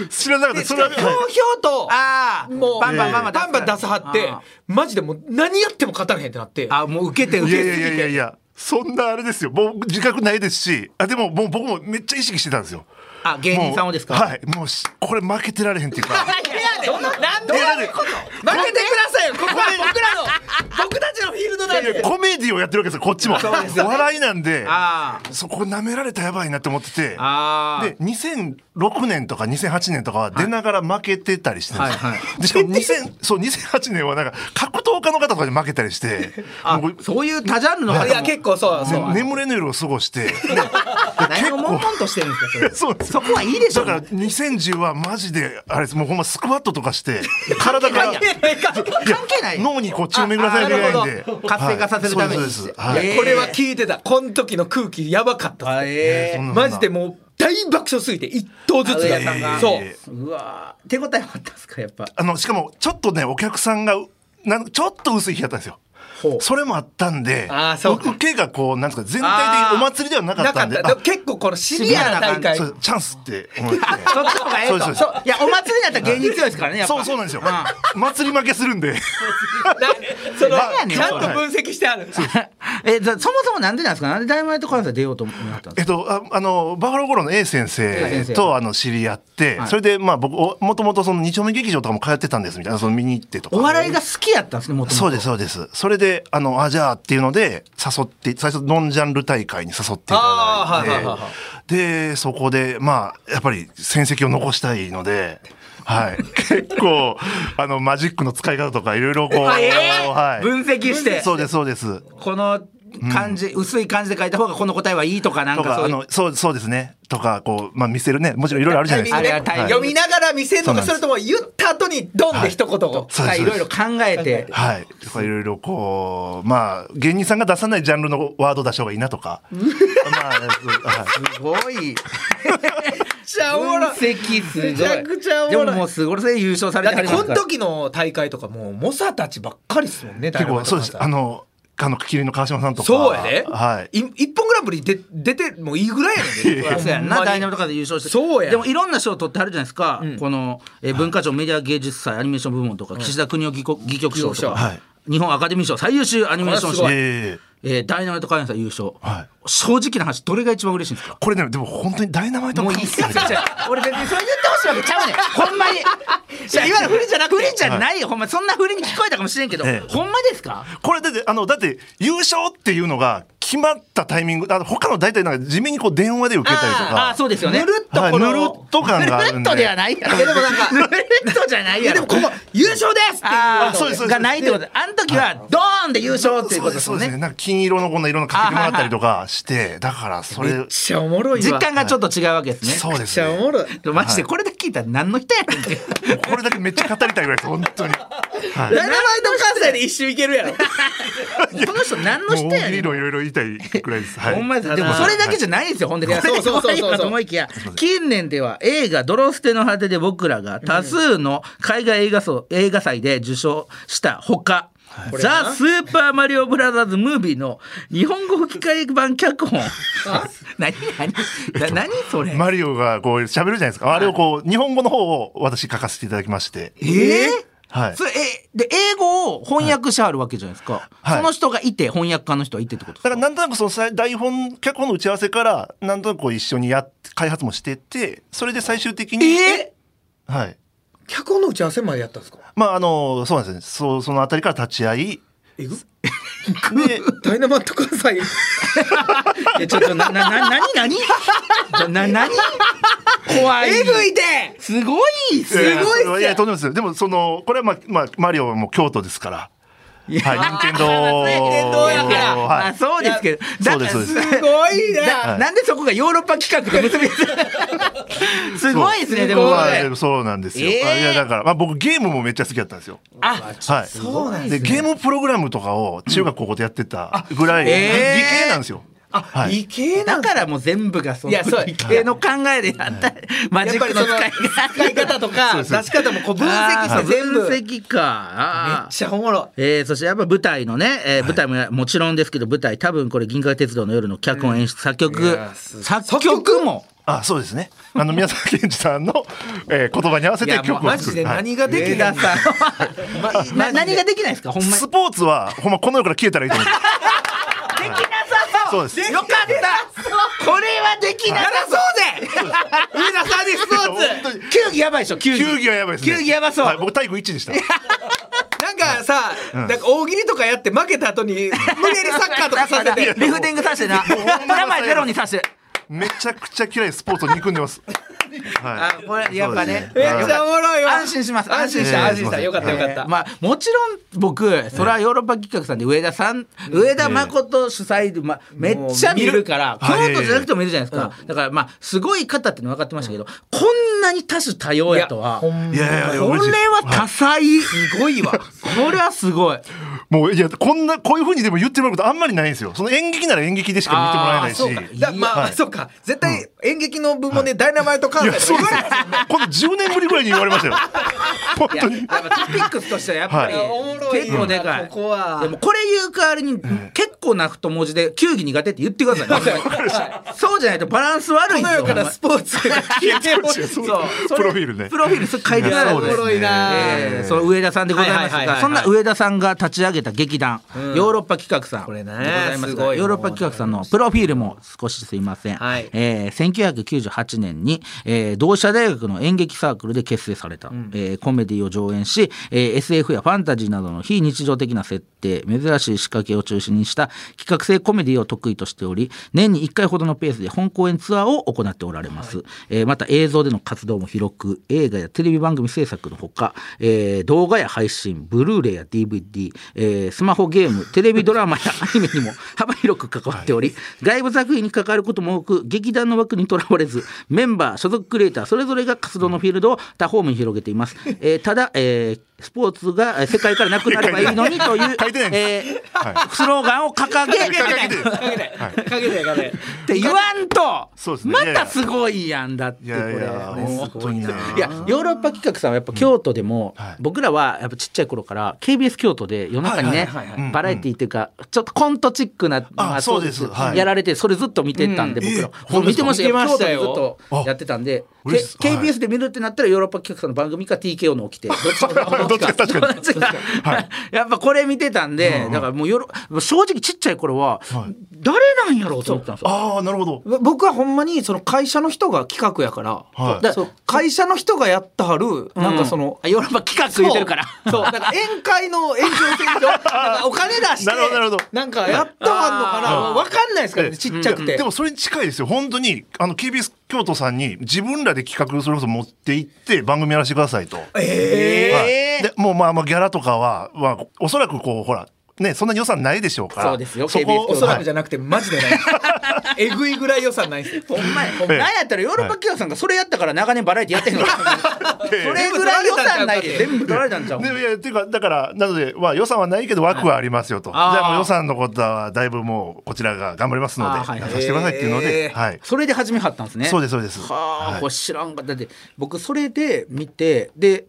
S5: 知らなかった。
S3: で
S5: そ
S3: し
S5: れ
S3: か
S5: は
S3: もひょう
S5: ねは
S3: ひょうと
S2: あー
S3: もう
S2: バンバンバンバン出す
S3: バンバン出すはって
S2: あ
S3: マジでもう何やっても勝たれへんってなって
S2: あもう受けて
S5: い。
S2: 受
S5: いやい
S2: け
S5: やいやいやいや。そんなあれですよ。僕自覚ないですし、あでももう僕もめっちゃ意識してたんですよ。
S2: あ芸人さんをです か。
S5: もうはい。もうしこれ負けてられへんっていうか。
S3: やねんなんでやねん負けてくださいよここは僕らの僕たちのフィールドなんで
S5: コメディをやってるわけですよこっちもお笑いなんで
S3: あ
S5: そこ舐められたらやばいなって思ってて
S3: あー
S5: で2006年とか2008年とかは出ながら負けてたりしてるんです
S3: は
S5: よ
S3: いはい
S5: でしかも2000そう2008年はなんか格闘家の方とかに負けたりして
S2: あ
S5: もうこれ
S2: そういう多ジャンルの方
S3: いや結構そうそう、
S5: ね眠れぬ夜を過 ごして
S2: 何を悶々としてるんですかそれ
S5: そうです
S2: そこはいいでしょ
S5: だから2010はマジであれですもうほんまスクワットとかして体 が
S2: 関係ない
S5: 脳にこう血を巡らされてないん
S3: あなる
S5: で
S3: ほ
S2: 活性化させるために
S5: はいそうですそうですはい
S2: えー
S3: これは聞いてたこの時の空気やばかったっす
S2: え
S5: そんな
S3: マジでもう大爆笑すぎて一頭ずつ
S2: あ上田さんが
S3: そう、
S5: え
S2: ーうわー手応えもあったんですかやっぱ
S5: あのしかもちょっとねお客さんがうなんちょっと薄い日だったんですよ
S2: ほう
S5: それもあったんで
S3: あーそうか
S5: 受けがこうなんですか全体でお祭りではなかったんで
S3: なかった結構このシビアな大
S5: あ
S3: 会
S5: そうチャンスって思って
S2: そっちの方がええ
S5: そう
S2: と
S5: ですそう
S2: そ
S5: です
S2: ういやお祭りだったら芸人強いですからねやっぱ
S5: そうそうなんですよ
S2: あ
S5: 祭り負けするんで
S3: なその
S2: 何やねん
S3: ちゃんと
S2: それ
S3: 分析してある
S2: えじゃあそもそもなんでなんですかなんで「ダイマイト関西」出ようと思ったんで
S5: え
S2: す
S5: っとああのバファローゴロの A 先
S2: A 先生
S5: 生とあの知り合って、
S2: はい
S5: それでまあ僕おもともとその二丁目劇場とかも通ってたんですみたいなその見に行ってと
S2: か
S5: か
S2: お笑いが好きやったんですねもともと
S5: そうですそうですそれであのあじゃあっていうので誘って最初ノンジャンル大会に誘っていただいて、
S3: あーはいはいはいは
S5: でそこでまあやっぱり戦績を残したいので。はい、 結構あのマジックの使い方とかいろいろこう、
S2: えー
S5: はい、
S2: 分析して
S5: そうですそうです
S2: この漢字、薄い漢字で書いた方がこの答えはいいとかなん
S5: と
S2: か
S5: か
S2: そう
S5: あ
S2: いう
S5: のそうそうですねとかこう、まあ、見せるねもちろんいろいろあるじゃないです
S2: あ
S5: か
S2: れは大変
S3: 読みながら見せるのか
S5: そうなん
S3: そ
S5: で
S3: れ
S5: す
S3: とも言った後にドンで一言を
S5: そうです
S2: いろいろ考えて
S5: はい、とかいろいろこうまあ芸人さんが出さないジャンルのワード出した方がいいな とかまあ、は い
S2: すごい
S3: じゃあおも
S2: 分
S3: ろい
S2: 析すごい
S3: めちゃくちゃおもろい
S2: でももうすごいそれで優勝さ
S3: だ
S2: れて
S3: っ
S2: は
S3: て
S2: りま
S3: こ
S2: すか
S3: の
S2: ら
S3: 時の大会とかもう猛者たちばっかりですもんね
S5: 結構そうですあ
S3: の
S5: のあの麒麟の川島さんとか
S3: そうやで、
S5: はい
S3: い、一本グランプリで出てもいいぐらいやねんで
S2: そうやん
S3: ほ
S2: な、
S3: んま
S2: ダイ
S3: に
S2: ナムとかで優勝して。
S3: そうや
S2: でもいろんな賞を取ってはるじゃないですか。この、えー文化庁メディア芸術祭アニメーション部門とか、岸田邦夫戯曲戯曲
S3: 戯
S2: 賞
S3: 曲賞
S2: とか、
S5: はい
S2: 日本アカデミー賞最優秀アニメーション賞
S3: こ、れ
S5: ええ
S2: えーダイナムと関西優勝、
S5: はい
S2: 正直な話、どれが一番嬉しいんですか
S5: これねでも本当にダイナマイト
S2: もうい
S5: 感
S2: いっす
S5: が
S2: よ
S5: ある。
S2: 俺別にそれ言ってほしいわけちゃうねん。 ほんまに。じゃあ今の振りじゃなくて。振りじゃないよ。ほんま、そんな振りに聞こえたかもしれんけど、
S5: ええ
S2: ほんまですか
S5: これだってあのだって優勝っていうのが決まったタイミングあの他の大体なんか地面にこう電話で受けたりと
S2: あ
S5: か
S2: あ、そうですよね。
S3: ぬるっと
S5: はい
S3: この、
S5: ぬるっと感がある
S2: ぬる
S5: ん
S2: っ
S5: で
S2: とではないやろ。でもなんか、 ぬるっとじゃない
S3: いや
S2: や
S3: で
S2: ろ
S3: も。ここ優勝ですっていう
S2: あ
S5: あそうですそうです
S2: がないってことあの時はドーンで優勝っていう
S5: そ
S2: こと
S5: うで
S2: ですす
S5: そ
S2: よ
S5: うですね
S2: ね
S5: なんか金色のこんないろんなかけてもらったりとかしてだからそれ
S3: めっちゃおもろいわ
S2: 実感がちょっと違うわけですね
S5: そうです
S3: めっちゃお
S5: ね
S3: もろい
S2: でもマジでこれだけ聞いたら何の人やねん って
S5: これだけめっちゃ語りたいぐらいです本当には
S3: ダイナマイト関西で一周いけ るやろ
S2: この人何の
S5: い
S2: 人
S5: もう大
S2: や
S5: 喜
S2: ね
S5: 利
S2: ん
S5: 論いろいろ言いたいぐらいですはい
S2: ほんまですでもそれだけじゃないんですよ、ほんでね。
S3: そうそうそうそう
S2: これはと思いきや、近年では映画、泥捨ての果てで僕らが多数の海外映画賞映画祭で受賞したほか、ザ・スーパーマリオブラザーズ・ムービーの日本語吹き替え版脚本。何何な何それ
S5: マリオがこう喋るじゃないですか。あれをこう、日本語の方を私書かせていただきまして。
S2: えー
S5: はい
S2: そ。れえで英語を翻訳しはるわけじゃないですか、
S5: はい
S2: その人がいて翻訳家の人はいてってことです
S5: だ
S2: か
S5: からなんとなくそのさ台本、脚本の打ち合わせから、なんとなくこう一緒にやっ、開発もしてて、それで最終的に。はい。
S3: 脚本の打ち合わせまでやったんですか
S5: まああの、そうなんですね。そう、そのあたりから立ち会い。
S3: えぐ
S5: で、
S3: ダイナマイト関西
S2: ええちょっとななな何 何なな何怖い
S3: えぐいて
S2: すごいっす
S5: え
S2: よ
S5: ー
S3: ごいっすよ
S5: いや、とんでもないです。でもその、これはまあ、まあ、マリオはもう京都ですから。はい、任天堂。
S3: 任天堂やから
S2: ま
S5: は
S2: あ
S5: い。
S2: そうですけど
S5: そう
S2: だ
S5: です
S2: から
S5: そうです
S3: すごいな
S2: だなんでそこがヨーロッパ企画と結びつ すごいですねでも
S5: ま
S2: こ
S5: あ
S2: れ
S5: でもそうなんですよ。
S2: えー
S5: あいや、だから、まあ僕ゲームもめっちゃ好きだったんですよ。
S2: あ
S5: はい、そうなんです、ゲームプログラムとかを中学高校でやってたぐらい、理
S2: えー
S5: 系なんですよ。は
S3: 理
S5: い、
S3: 系な
S2: だ
S3: んか
S2: からもう全部がそ
S3: い
S2: の
S3: やそう
S2: 理系の考えでやった、マ
S3: や
S2: ジ
S3: っ
S2: ッ
S3: ぱ
S2: ク
S3: り
S2: の
S3: その
S2: 使い
S3: 使い方とか出し方もこう分析
S2: あ
S3: し
S2: ー
S3: て全部
S2: 分
S3: めっ
S2: 析かあー
S3: ちゃおもろい
S2: えーそしてやっぱ舞台のね、えー舞台もやもちろんですけど舞台多分これ「銀河鉄道の夜」の脚本演出、作
S3: い
S2: 曲
S3: やーす
S2: 作曲も
S5: あ、そうですね。あの宮沢賢治さんの、えー、言葉に合わせ
S3: い
S5: て
S3: や
S5: 曲
S3: も
S5: を
S3: う
S5: 作
S3: マジ
S5: る。
S3: で
S5: はい
S3: 何ができ
S2: 上田
S3: た
S2: さん な何ができないですかほんまに
S5: スポーツはほんまこの世から消えたらいいと思う。
S2: できなさ
S5: そうです
S2: よかったこれはできなさそうで
S3: 上田さんにスポー
S5: 本当
S3: ツ
S5: に
S2: 球技やばいでしょ球技
S5: 球技はやばいですね
S2: 球技やばそう、
S5: はい、僕体育1でした
S3: なんかさ、なんか大喜利とかやって負けた後に、無理やりサッカーとか させ
S2: いや
S3: て。
S2: リフティングさしてなプラマイゼロにさして
S5: めちゃくちゃ嫌いスポーツを憎んでますは
S2: あこれやっぱね
S5: そう
S3: め
S5: です
S3: っちゃおもろいわ。
S2: 安心します
S3: 安心した、
S5: ええ
S3: 安心した。よかった、よかっ
S2: えー
S3: た。
S2: まあもちろん僕それはヨーロッパ企画さんで上田さん、上田誠主催で、まあ、めっちゃ見るから
S5: もう見る
S2: 京都じゃなくても見るじゃないですか、だからまあすごい方っていうのは分かってましたけど、こんなに多種多様やとは。こ
S5: いいやいやい
S2: れ
S5: や嬉しい
S2: は多彩、すごいわ。これはすごい。
S5: もういやこんなこういうふうにでも言ってもらうことあんまりないんですよその演劇なら演劇でしか見てもらえないし
S2: あーそう
S3: だま
S5: は
S3: あ、
S5: い
S3: そうか。絶対演劇の部門でダイナマイト関
S5: い
S3: 西
S5: やそう
S3: と
S5: です
S3: か
S5: よこの10年ぶりぐらいに言われましたよ本
S2: いや
S5: 当
S2: や
S5: に
S2: っぱトピックスとしてはやっぱり、
S5: はい
S3: おもろいな
S2: 結構でかい。
S3: ここは
S2: でもこれ言う代わりに、結構な太文字で球技苦手って言ってください、ね。そうじゃないとバランス悪
S3: こ
S2: いんで
S3: の
S2: すよ
S3: 世からスポーツが消えてほしい。
S5: そう
S2: それ
S5: プロフィールね
S2: プロフィールそれ書いてください
S5: いやそうですねおもろい
S3: な
S2: ええその上田さんでございます
S3: はいはいはいは
S2: が
S3: い
S2: そんな上田さんが立ち上げた劇団ヨーロッパ企画さんでございます
S3: す
S2: が
S3: ごい
S2: ヨーロッパ企画さんのプロフィールも少しすいません
S3: はい
S2: えー1998年にえー同志社大学の演劇サークルで結成されたえーコメディを上演しえー SF やファンタジーなどの非日常的な設定珍しい仕掛けを中心にした企画性コメディを得意としており年に1回ほどのペースで本公演ツアーを行っておられます、えーまた映像での活動も広く映画やテレビ番組制作のほか、えー動画や配信ブルーレイや DVD、えースマホゲームテレビドラマやアニメにも幅広く関わっており、外部作品に関わることも多く劇団の枠にとらわれずメンバー所属クリエイターそれぞれが活動のフィールドを多方面に広げています、えーただ、えースポーツがえー世界からなくなればいいのにという
S5: 書いてない
S2: え
S5: で
S2: ースローガンを掲げ
S3: かけない。か
S5: はい
S3: けない、かけない。
S2: って言わんと、
S5: そうですね
S2: またすごいやんだって
S5: い
S2: これ
S5: やいや
S2: ね
S5: 本当にない
S2: いやヨーロッパ企画さんはやっぱ京都でも、
S5: はい
S2: 僕らはやっぱちっちゃい頃から KBS 京都で夜中に
S3: は
S2: ね、
S3: いはいはい
S5: はい
S2: バラエティーっていうかちょっとコントチックな
S5: あそうですはい
S2: やられてそれずっと見てたんで、
S5: うん
S2: 僕ら、
S5: えー
S2: もう見てましたよ
S3: 見てました
S2: 京
S3: よ
S2: 都でずっとやってたんで
S5: あ嬉しいです
S2: け
S5: はい
S2: KBS で見るってなったらヨーロッパ企画さんの番組か TKO の起きてどっちか
S5: どっちか 確か
S2: 友
S5: に
S2: 達がやっぱこれ見てたんで、だからもうよろ正直ちっちゃい頃は、
S5: はい
S2: 誰なんやろうと思ってたんですよ。
S5: ああなるほど
S3: 僕はほんまにその会社の人が企画やから、
S5: はい
S3: だそう会社の人がやったはる、なんかその、
S2: あヨーロッパ企画言ってるから。
S3: そうそうなんか宴会の延長線 上なんかお金出して
S5: なるほどなるほど
S3: なんかやったはんのかな
S2: あー
S3: もうわかんないですからねちっちゃく
S5: いや
S3: て
S5: でもそれに近いですよ本当にあの KBS 京都さんに自分らで企画それこそ持って行って番組やらせてくださいと、はいでもうまあまあギャラとかは、まあ、おそらくこうほらねそんなに予算ないでしょうから
S2: そうですよ
S5: そ
S2: KBS
S5: こ
S3: おそらく
S5: はい
S3: じゃなくてマジでないえぐいぐらい予算ないんですよ
S2: ほんまや。ほんま
S5: ええ
S2: なんやったらヨーロッパ企画さんがそれやったから長年バラエティやってんの。 それぐらい予算ないで全部取られたんちゃう。
S5: でいやっていうかだからなので、まあ、予算はないけど枠はありますよと、
S2: あー
S5: じゃあもう予算のことはだいぶもうこちらが頑張りますので
S2: あーはい
S5: やらさせてくださいっていうので、
S3: へー
S5: はい、
S2: それで始めはったんですね。
S5: そうですそうです
S2: はあ、
S5: はい
S2: これ知らんかった。だって僕それで見てで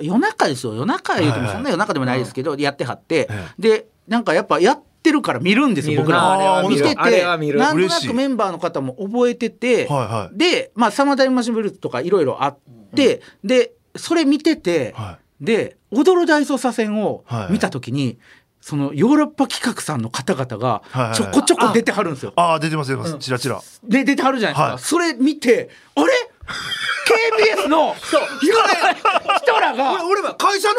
S2: 夜中ですよ夜中言うても
S5: はいはい
S2: そんな夜中でもないですけど、やってはって、
S5: え
S2: でなんかやっぱやってるから見るんですよ
S3: 見る
S2: 僕ら
S3: な
S2: は
S5: あれは
S2: 見
S5: 見る
S2: て
S3: あ
S2: て
S3: れは見る
S2: なんとな
S5: 嬉し
S2: く
S5: い
S2: メンバーの方も覚えてて、
S5: はいはい
S2: でまあ「サマータイムマシンブルース」とかいろいろあって、でそれ見てて、
S5: は
S2: で「踊る大捜査線」を
S5: はい
S2: 見た時に、そのヨーロッパ企画さんの方々
S5: はい
S2: が
S5: はい
S2: ちょこちょこ出てはるんですよ。
S5: ああ出てます出てますちらちら
S2: で出てはるじゃないですか、
S5: はい
S2: それ見てあれ KBS の 人
S3: 俺
S2: らが
S3: 俺は会社の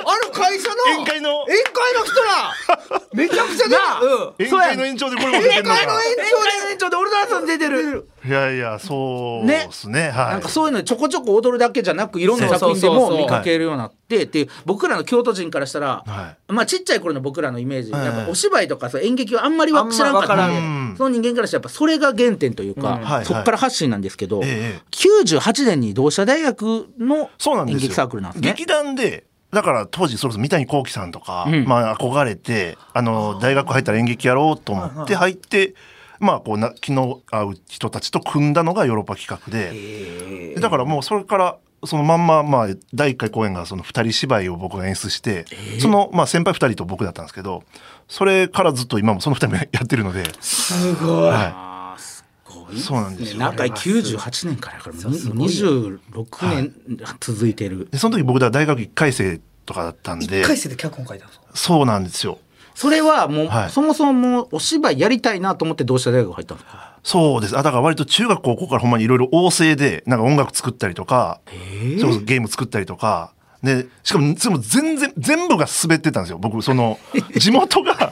S3: あの会社の
S5: 宴会の
S3: 宴会の人らめちゃくちゃ出
S2: なあ
S3: たうん
S5: 宴会の延長でこれも出て
S2: 宴
S5: るのが
S2: 会の延長で延長で俺らさん出てる、
S5: いやいやそうですねはい
S2: なんかそういうのでちょこちょこ踊るだけじゃなくいろんな作品で
S3: そうそうそう
S2: も
S3: そう
S2: 見かけるようになってっていう僕らの京都人からしたら、
S5: は
S2: まあちっちゃい頃の僕らのイメージ、
S5: いはい
S2: やっぱお芝居とかそう演劇はあんまりわ知らんかった
S3: あんまわ
S5: からん
S2: んで、その人間からしたらやっぱそれが原点というか、
S5: はいはい
S2: そっから発信なんですけど、
S5: ええ
S2: 98年に同志社大学の
S5: そうなん
S2: 演
S5: ですよ
S2: 劇サークルなんですね。
S5: 劇団でだから当時それこそ三谷幸喜さんとか、
S2: ん
S5: まあ、憧れてあの大学入ったら演劇やろうと思って入って、まあ、こうな気の合う人たちと組んだのがヨーロッパ企画でだからもうそれからそのまんま、まあ、第1回公演がその2人芝居を僕が演出して、その、まあ、先輩2人と僕だったんですけどそれからずっと今もその2人もやってるので、
S3: すごい
S5: は
S2: あーすごい
S5: い、そうなんですよ。
S2: 長い98年からやからもう26年続いてる、
S5: でその時僕は大学1回生とかだったんで
S3: 一回生で脚本書いたんですか
S5: そうなんですよ。
S2: それはもう、
S5: はい
S2: そもそもお芝居やりたいなと思って同志社大学入ったんですか
S5: そうですあだから割と中学高校からほんまにいろいろ旺盛でなんか音楽作ったりとかそれこそゲーム作ったりとかでしかもそれも全然全部が滑ってたんですよ僕 その地元が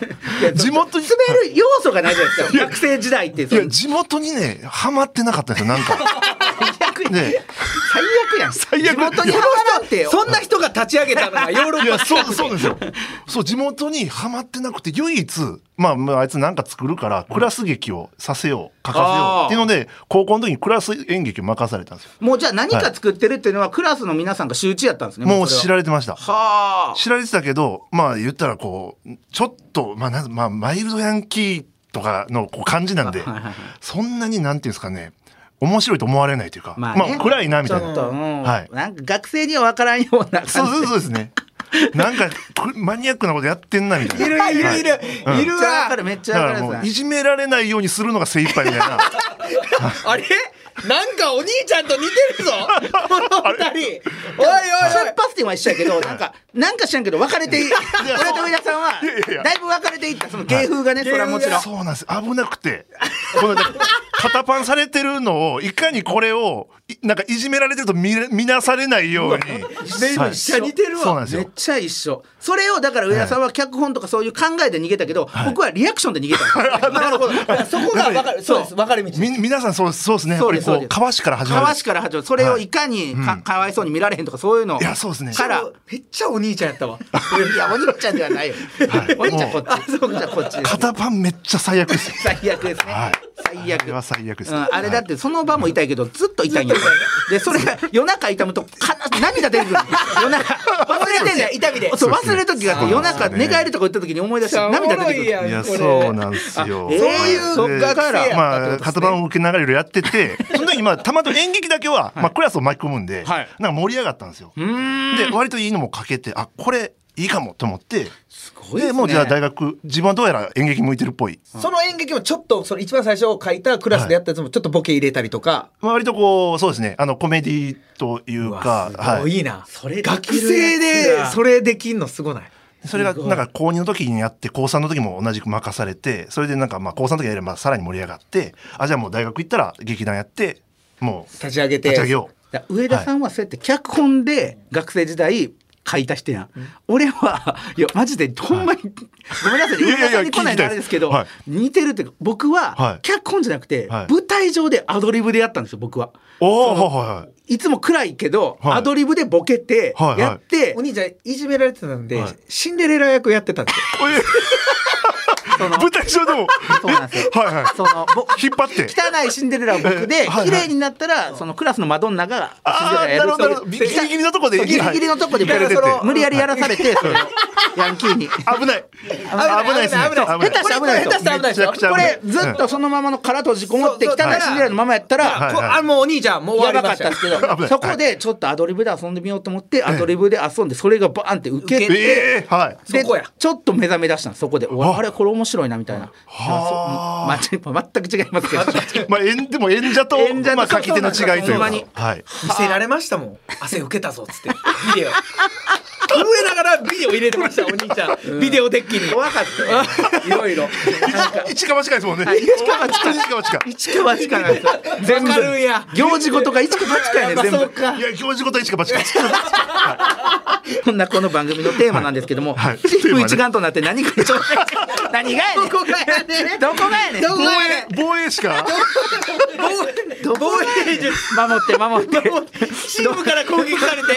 S5: 地元に
S2: 滑る要素がないじゃないですか学生時代って
S5: い
S2: その
S5: や地元にねハマってなかったんですよな んか
S2: 最悪やん
S5: ね
S2: 最悪やん
S5: 最悪
S2: 地元に
S3: そ
S2: ハ
S3: の
S2: マ
S3: 人
S2: らん
S3: ってて
S2: よ
S3: そんな人が立ち上げたのがヨーロッ
S5: いや
S3: パ
S5: そうそうですよそう地元にハマってなくて唯一、まあ、まああいつなんか作るからクラス劇をさせよう書かせようっていうので高校の時にクラス演劇を任されたんですよ
S2: もうじゃあ何か作ってるっていうのは、クラスの皆さんが周知やったんですね
S5: もう知
S2: ら
S5: られてました
S2: はあ
S5: 知られてたけどまあ言ったらこうちょっと、まあなんまあ、マイルドヤンキーとかのこう感じなんで
S2: はいはいはい
S5: そんなになんていうんですかね面白いと思われないというか、ま
S2: ま
S5: あ
S2: あね
S5: 暗いなみ
S2: ちょ
S5: たい
S2: っ
S5: な。
S2: と、うん
S5: はい
S2: なんか学生には分からんような感じ
S5: そうそうそうですね。なんかくマニアックなことやってんなみたいな。
S3: いるいるいる
S5: はい
S3: いる
S2: めっちゃ分
S3: わ
S2: かるめっち
S5: だ
S2: ゃ
S5: か
S2: 分からる
S5: も
S2: や
S5: う
S2: つ
S5: いじめられないようにするのが精一杯みたいな。
S3: あれなんかお兄ちゃんと似て るぞこの二人おいおい
S2: シャンパスティンは一緒やけどなんかなんか知らんけど別れてい俺と上田さんはだいぶ別れていったその芸風がねそれはもちろん
S5: そうなんです。危なくて、このなんか肩パンされてるのをいかにこれをいなんかいじめられてると見れ見なされないよ うに。
S2: 全部
S5: はい
S2: 一緒似てる
S5: そうなん
S2: わ
S5: です
S2: めっ
S5: よ。
S2: ちゃ一緒それをだから上田さんは脚本とかそういう考えで逃げたけど、僕はリアクションで逃げたん です、なるほど
S3: そこが分かるそうです分かれ道
S5: み皆さんそうそうですね。やっ
S2: そう
S5: ぱ
S2: で
S5: り
S2: す
S5: こ
S2: そう
S5: う
S2: です
S5: 川しから始まる。
S2: かわしから始まるそれをいかにか,、
S5: はいうん
S2: かわいそうに見られへんとかそういうの
S5: いやそうですね
S2: から
S3: めっちゃお兄ちゃんやったわ
S2: いやお兄ちゃんではないよ、
S5: はい
S2: お兄ちゃんこっちお兄ちゃんこっちです
S5: 肩パンめっちゃ最悪ですよ。
S2: 最悪ですね、
S5: はい
S2: 最悪
S5: あれは最悪です
S2: うん、あれだってその場も痛いけどずっと痛いんやでそれが夜中痛むとかな涙出てくる 夜中忘れてんねん痛みでそう忘れる時があって夜中寝返るとか言った時に思い出して涙出てくる
S5: いやそうなんですよ。
S2: えー
S3: そういう学生やったってことですね
S5: まあ型番を受けながらいろいろやってて、その時まあたまたま演劇だけはまあクラスを巻き込むんで、
S2: はい
S5: なんか盛り上がったんですよ。で割といいのもかけて、あこれいいかもと思って、
S2: すごい
S5: でもうじゃあ大学自分はどうやら演劇向いてるっぽい。
S3: その演劇もちょっとその一番最初書いたクラスでやったやつもちょっとボケ入れたりとか、
S5: まあ割とこうそうですね。あのコメディというか、
S3: お、
S5: はい
S3: い
S5: い。
S3: いな
S2: それできるやつ
S3: 学生でそれできんのすごない
S5: それがなんか高2の時にやって高3の時も同じく任されて、それでなんかまあ高3の時やればさらに盛り上がって、あじゃあもう大学行ったら劇団やって、もう
S3: 立ち上げて
S5: 立ち上げよう。
S2: だ上田さんはそうやって脚本で学生時代書いた人やん、俺はいやマジでほんまに、ごめんなさい
S5: い
S2: 上
S5: やいや
S2: 田さんに来ないの
S5: 聞きたい
S2: あれですけど
S5: はい
S2: 似てるっていうか僕
S5: は
S2: はい脚本じゃなくて、
S5: はい
S2: 舞台上でアドリブでやったんですよ僕は。
S5: おおはいはい。
S2: いつも暗いけど、
S5: はい
S2: アドリブでボケて
S5: はいはい
S2: やって、
S3: お兄ちゃんいじめられてたんで、
S5: はい
S3: シンデレラ役やってたんですよ
S2: その
S5: 舞台上でも
S2: そうなんですよ
S5: えはいはい
S2: そのぼ
S5: 引っ張って
S2: 汚いシンデレラを僕で
S5: え はいはい
S2: 綺麗になったらそのクラスのマドンナがシンデレ
S5: ああ
S2: ラや
S5: な
S2: る
S5: るほどなるほ
S2: そ
S5: ど
S2: う
S5: ギ
S2: いう
S5: リギリのとこで
S2: そうギリギリのとこで
S5: 引っ張られてて
S2: 僕はその無理やりやらされてそれをヤンキーに。
S5: 危ない危ないですね
S3: 危ない
S2: 下手したら危ない
S3: これ下手したら危ないですよ
S5: めちゃくちゃ
S2: こ
S5: 危ない
S2: れずっとそのままの殻閉じこもって
S3: そ
S2: 汚いう
S3: そう
S2: シンデレラのままやったら、
S5: はいはい
S3: こあもうお兄ちゃんもう終わ
S2: や
S3: り
S2: ばか
S3: ま
S2: っ
S3: した
S2: たん
S3: よ
S2: ですけど
S5: 危ない
S2: そこでちょっとアドリブで遊んでみようと思ってアドリブで遊んでそれがバーンって受け
S3: 受け
S2: て。
S5: ええはい
S3: そこや
S2: でちょっと目覚め出したんですそこでうわ
S5: あ
S2: あれこれ面白いなみたいな
S5: は
S2: まあちょまあ全く違いますけど
S5: まあ演でも演者と
S2: 演者と
S5: まあ書き手の違いとい
S2: ほ
S5: うんか
S2: まに
S5: はい
S3: 見せられましたもん汗受けたぞっつってビデオ震えながらビデオ入れてま したお兄ちゃんビデオデッキに
S2: 怖か ったよいろいろ
S5: 一か八かですもんね
S2: はい一か八か
S5: 一か八か
S2: 一か八かなんですよ全部
S3: わかるんや
S2: 行事事が一か八かやね全
S3: そう
S2: 部
S3: か
S5: いや行事ごと一か八か
S2: こんなこの番組のテーマなんですけども
S5: はい
S2: チー
S5: テーマ
S2: ム
S5: ね
S2: 一丸となって何か に挑戦して何がやねん
S3: どこがやねん
S2: どこがやねん
S3: どこ
S5: 防
S3: がや
S5: 衛防衛しか
S3: 防衛術
S2: 守って守って
S3: チームから攻撃されて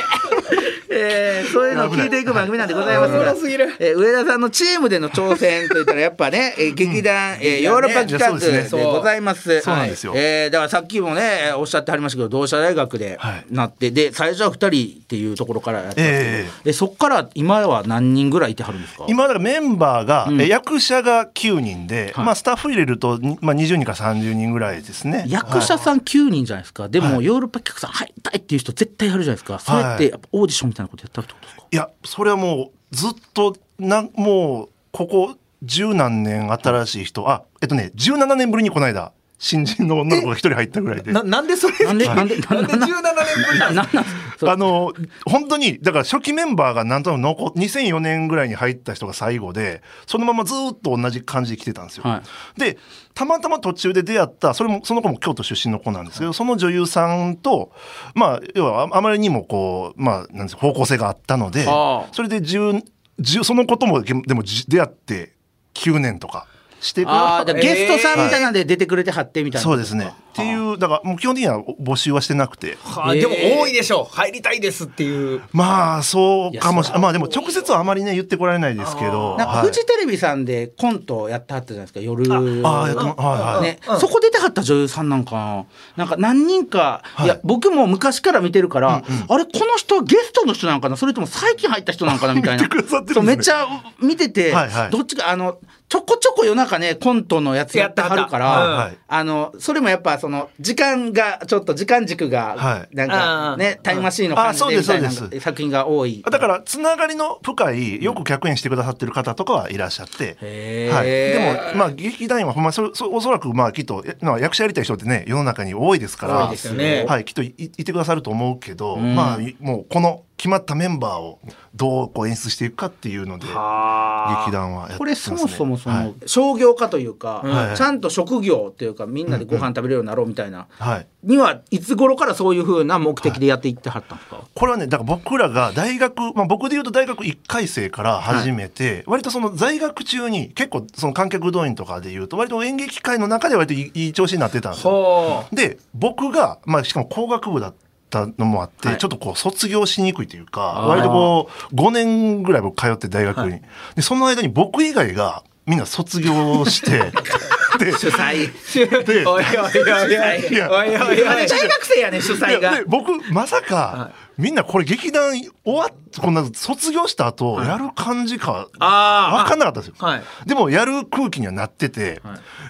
S2: えーそういうのを聞いていく番組なんでございます
S3: はい
S2: が
S3: おもろすぎる、
S2: えー上田さんのチームでの挑戦といったらやっぱね、えー劇団、えーヨーロッパ企画
S5: いやそうで
S2: です
S5: ね
S2: ございます。
S5: そうなんですよ
S2: はいえーだからさっきもねおっしゃってはりましたけど同志社大学で
S5: はい
S2: なって、で最初は二人っていうところからやったんですけ
S5: え
S2: ど、でそこから今は何人ぐらいいてはるんですか。
S5: 今だからメンバーが、え役者が9人で、
S2: はい
S5: まあ、スタッフ入れると、にまあ、20人から30人ぐらいですね
S2: 役者さん9人じゃないですか、でもヨーロッパ企画さん入りたいっていう人絶対やるじゃないですか、そうやってやっぱオーディションみたいなことやったってことですか、
S5: いやそれはもうずっとなんもうここ十何年新しい人あえっとね17年ぶりにこの間新人の女の子が一人入ったぐらいで。
S3: ななんでそれ
S2: なんでなんで
S3: なんで17年ぶり
S2: ななんなん
S5: あの本当にだから初期メンバーがなんとなく残2004年ぐらいに入った人が最後でそのままずーっと同じ感じで来てたんですよ。
S2: は
S5: でたまたま途中で出会ったそれもその子も京都出身の子なんですけど、その女優さんとまあ要はああまりにもこうまあなんですか方向性があったので
S2: ああ
S5: それで10 10そのこともでもじ出会って9年とかして
S2: ああ、だからゲストさんみたいなんで出てくれてはってみたいな。
S5: そうですね。っていうだからもう基本的には募集はしてなくて。
S3: はあ、でも多いでしょう入りたいですっていう
S5: まあそうかもしれないまあでも直接はあまりね言ってこられないですけど
S2: なんか
S5: はい
S2: フジテレビさんでコントをやってはったじゃないですか夜
S5: ああやってまはいはい
S2: ね、そこ出てはった女優さんなんかななんか何人か、い、や僕も昔から見てるから、あれこの人はゲストの人なのかなそれとも最近入った人なのかなみたいな
S5: 見てくださって
S2: そ
S5: る
S2: うん
S5: ですね
S2: めっちゃ見てて、
S5: はいはい
S2: どっちかあのちょこちょこ夜中ねコントのやつやってはるから、
S3: やってはった
S5: はい
S2: あのそれもやっぱその時間がちょっと時間軸
S5: は
S2: が
S5: い
S2: なんかね、
S3: あー
S2: タイムマシーンの感じで
S5: あ
S2: みたいな
S5: そうですそうです
S2: 作品が多い。
S5: だからつながりの深いよく客演してくださってる方とかはいらっしゃって、
S2: へー
S5: はい、でもまあ劇団員はほんまそそおそらくまあきっとえまあ役者やりたい人ってね世の中に多いですから
S3: 多いですよね
S5: はい、きっといいてくださると思うけど、まあいもうこの決まったメンバーをどうこう演出していくかっていうので劇団はやってます、ね、
S2: これそもそもそ
S5: は
S2: の
S5: い
S2: 商業化というか、
S5: はい
S2: ちゃんと職業っていうかみんなでご飯食べれるようになろうみたいな、
S5: はい
S2: にはいつ頃からそういうふうな目的でやっていってはったんですか、
S5: これはねだから僕らが大学、まあ、僕でいうと大学1回生から始めて、割とその在学中に結構その観客動員とかでいうと割と演劇界の中で割といいいい調子になってたんですよ。
S3: ほ
S5: で僕が、まあ、しかも工学部だったのもあって、
S2: はい
S5: ちょっとこう卒業しにくいというか割とこう5年ぐらい僕通って大学に、でその間に僕以外がみんな卒業して で
S2: 主催
S3: う
S5: で
S3: おいおいおいおいおい
S5: いや
S3: おいおい
S2: あれ大学生やね主催
S5: いや
S2: が
S5: で僕まさかみんなこれ劇団終わっこんな卒業した後やる感じか
S3: あー
S5: 分かんなかったんですよ、
S3: はい
S5: でもやる空気にはなってて、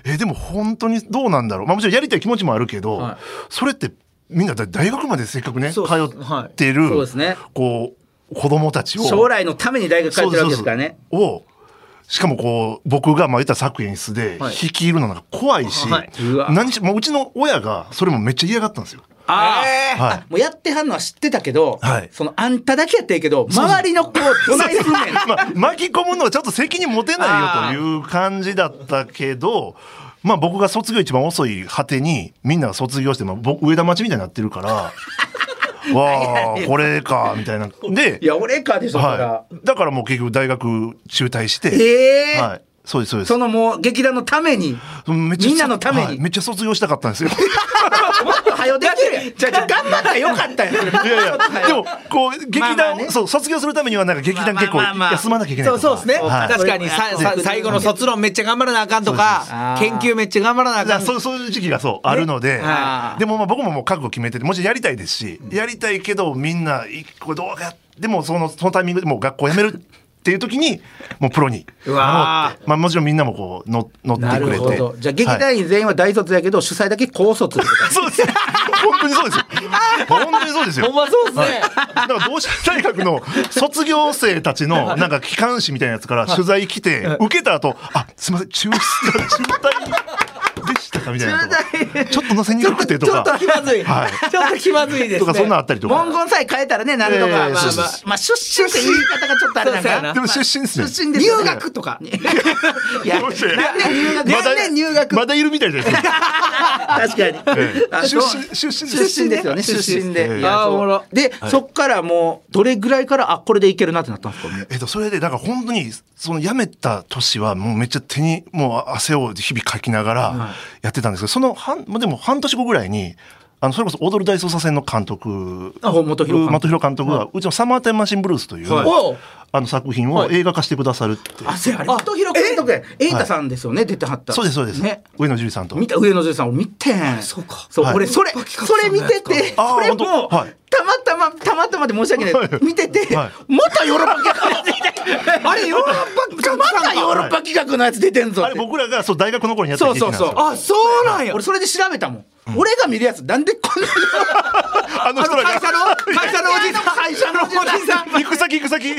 S5: えでも本当にどうなんだろう、まあ、もちろんやりたい気持ちもあるけど、
S3: はい
S5: それってみんなだ大学までせっかくね通
S3: そうです
S5: ってる、
S2: そうですね
S5: こう子供たちを
S2: 将来のために大学通ってるわけですからね
S5: そうそうそうをしかもこう僕がまあ言ったら作演室で
S3: はい
S5: 引き入るのなんか怖いし、
S3: はい
S5: 何しもううちの親がそれもめっちゃ嫌がったんですよ。
S2: ああ、
S3: えー
S5: はい
S2: もうやってはんのは知ってたけど、
S5: はい
S2: そのあんただけやってるけど周りの子をどないすんねん
S5: まあ、巻き込むのはちょっと責任持てないよという感じだったけど、まあ僕が卒業一番遅い果てに、みんなが卒業して、まあ僕、上田町みたいになって るから、わあ、これか、みたいな。で
S2: い、や俺かでしょ、そら
S5: はい。だからもう結局大学中退して、
S2: ええ
S5: はい。そうです、そうです
S2: そ。のもう劇団のために
S5: めっちゃ
S2: みんなのために
S5: はいめっちゃ卒業したかったんです よ。
S2: もっと早よできる やんじゃあじゃあ頑張ったらよかったやんそれ
S5: いやいや、でも、こう、劇
S2: まあ
S5: 団、
S2: まあね
S5: そう、卒業するためには、なんか劇団結構
S2: まあまあまあまあ
S5: 休まなきゃいけない
S3: そう
S5: とか
S3: そうですね、
S5: はい
S3: 確かにさ
S2: そう
S3: さ
S2: そう
S3: 最後の卒論めっちゃ頑張らなあかんとか
S2: そう
S3: 研
S2: そう
S3: 究めっちゃ頑張らなあ
S5: だ
S3: か
S5: から
S3: ん
S5: そうそういう時期がそうあるので、
S2: はい
S5: でもまあ僕ももう覚悟決めててもちろんやりたいですし、やりたいけどみんな一個どうやでもそのそのタイミングでもう学校辞めるっていう時にもうプロに
S3: うわ
S5: まあ、もちろんみんなもこうの乗って
S2: な
S5: く
S2: る
S5: れ
S2: ほ
S5: て
S2: ど。じゃあ劇
S5: はい
S2: 団員全員は大卒やけど、主催だけ高卒ってこと
S5: そうです本当にそうですよ本当にそうですよ
S3: ほんまそうですね、
S5: だから同志社大学の卒業生たちのなんか機関誌みたいなやつから取材来て受けた後あすみません中止中退でしたかみたいなとかちょっと乗せにくくてと
S3: ちょ
S5: か
S3: っと気まずい、
S5: はい
S3: ちょっと気まずいですね
S5: とかそんなのあったりとか
S2: 文言さえ変えたらね、なるとか。
S5: ええ
S2: まあま
S5: そう
S2: あ
S5: そう
S2: まあ
S5: そ、
S2: まあ、出身って言い方がちょっとあれなん
S3: そうそうや
S2: か
S3: な
S2: な。
S5: でも出身ですね。
S2: 出身です
S3: 入
S2: よね
S3: 学とか
S2: いや、何年入学
S5: まだ
S2: 何年入学
S5: まだいるみたいですね。
S2: 確かに
S5: ええ。
S2: あ
S5: 出
S2: そう
S5: 身出身です
S2: 出身ですよね、出身
S5: え
S2: で。
S5: え
S2: い
S3: あ
S2: や
S3: ー
S2: そう
S3: おもろ
S2: で、そっからもう、どれぐらいから、あ、これでいけるなってなったんですか
S5: えっとそれでだから本当にその辞めた年はもうめっちゃ手にもう汗を日々かきながらやってたんですけど、その半まあでも半年後ぐらいに。あのそれこそ踊る大捜査線の監督
S2: あ本本広監督
S5: 本広監督がうちの「サマータイムマシンブルース」という、
S3: いおう
S5: あの作品を映画化してくださるって、
S2: あ、せや、あれ、元広監督や。瑛太さんですよね、出てはった。
S5: そうですそうです、
S2: ね。
S5: 上野樹里さんと
S2: 見た上野樹里さんを見てんそう
S3: か
S2: そう、
S5: はい
S2: 俺それそれ見てて
S5: あー
S2: それも
S5: 本当はい
S2: たまたまたまたまで申し訳ない
S5: はい
S2: 見てて
S5: は
S2: またヨーロッパ企画あれヨーロッパまたヨーロッパ企画のやつ出てんぞ
S5: あ
S2: っ
S5: れ
S2: て
S5: 僕らがそう大学の頃にやった
S2: そう
S5: 劇
S2: そ
S5: な
S2: う
S5: んです
S2: そ
S5: よ
S3: あ
S2: う
S3: そうなんや
S2: 俺それで調べたもん俺が見るやつなんでこんなに
S5: あの
S3: あ
S5: 人
S3: の
S5: ら
S3: 会社
S5: が
S3: の会社のおじさん会社のおじさん
S5: 行く先行く先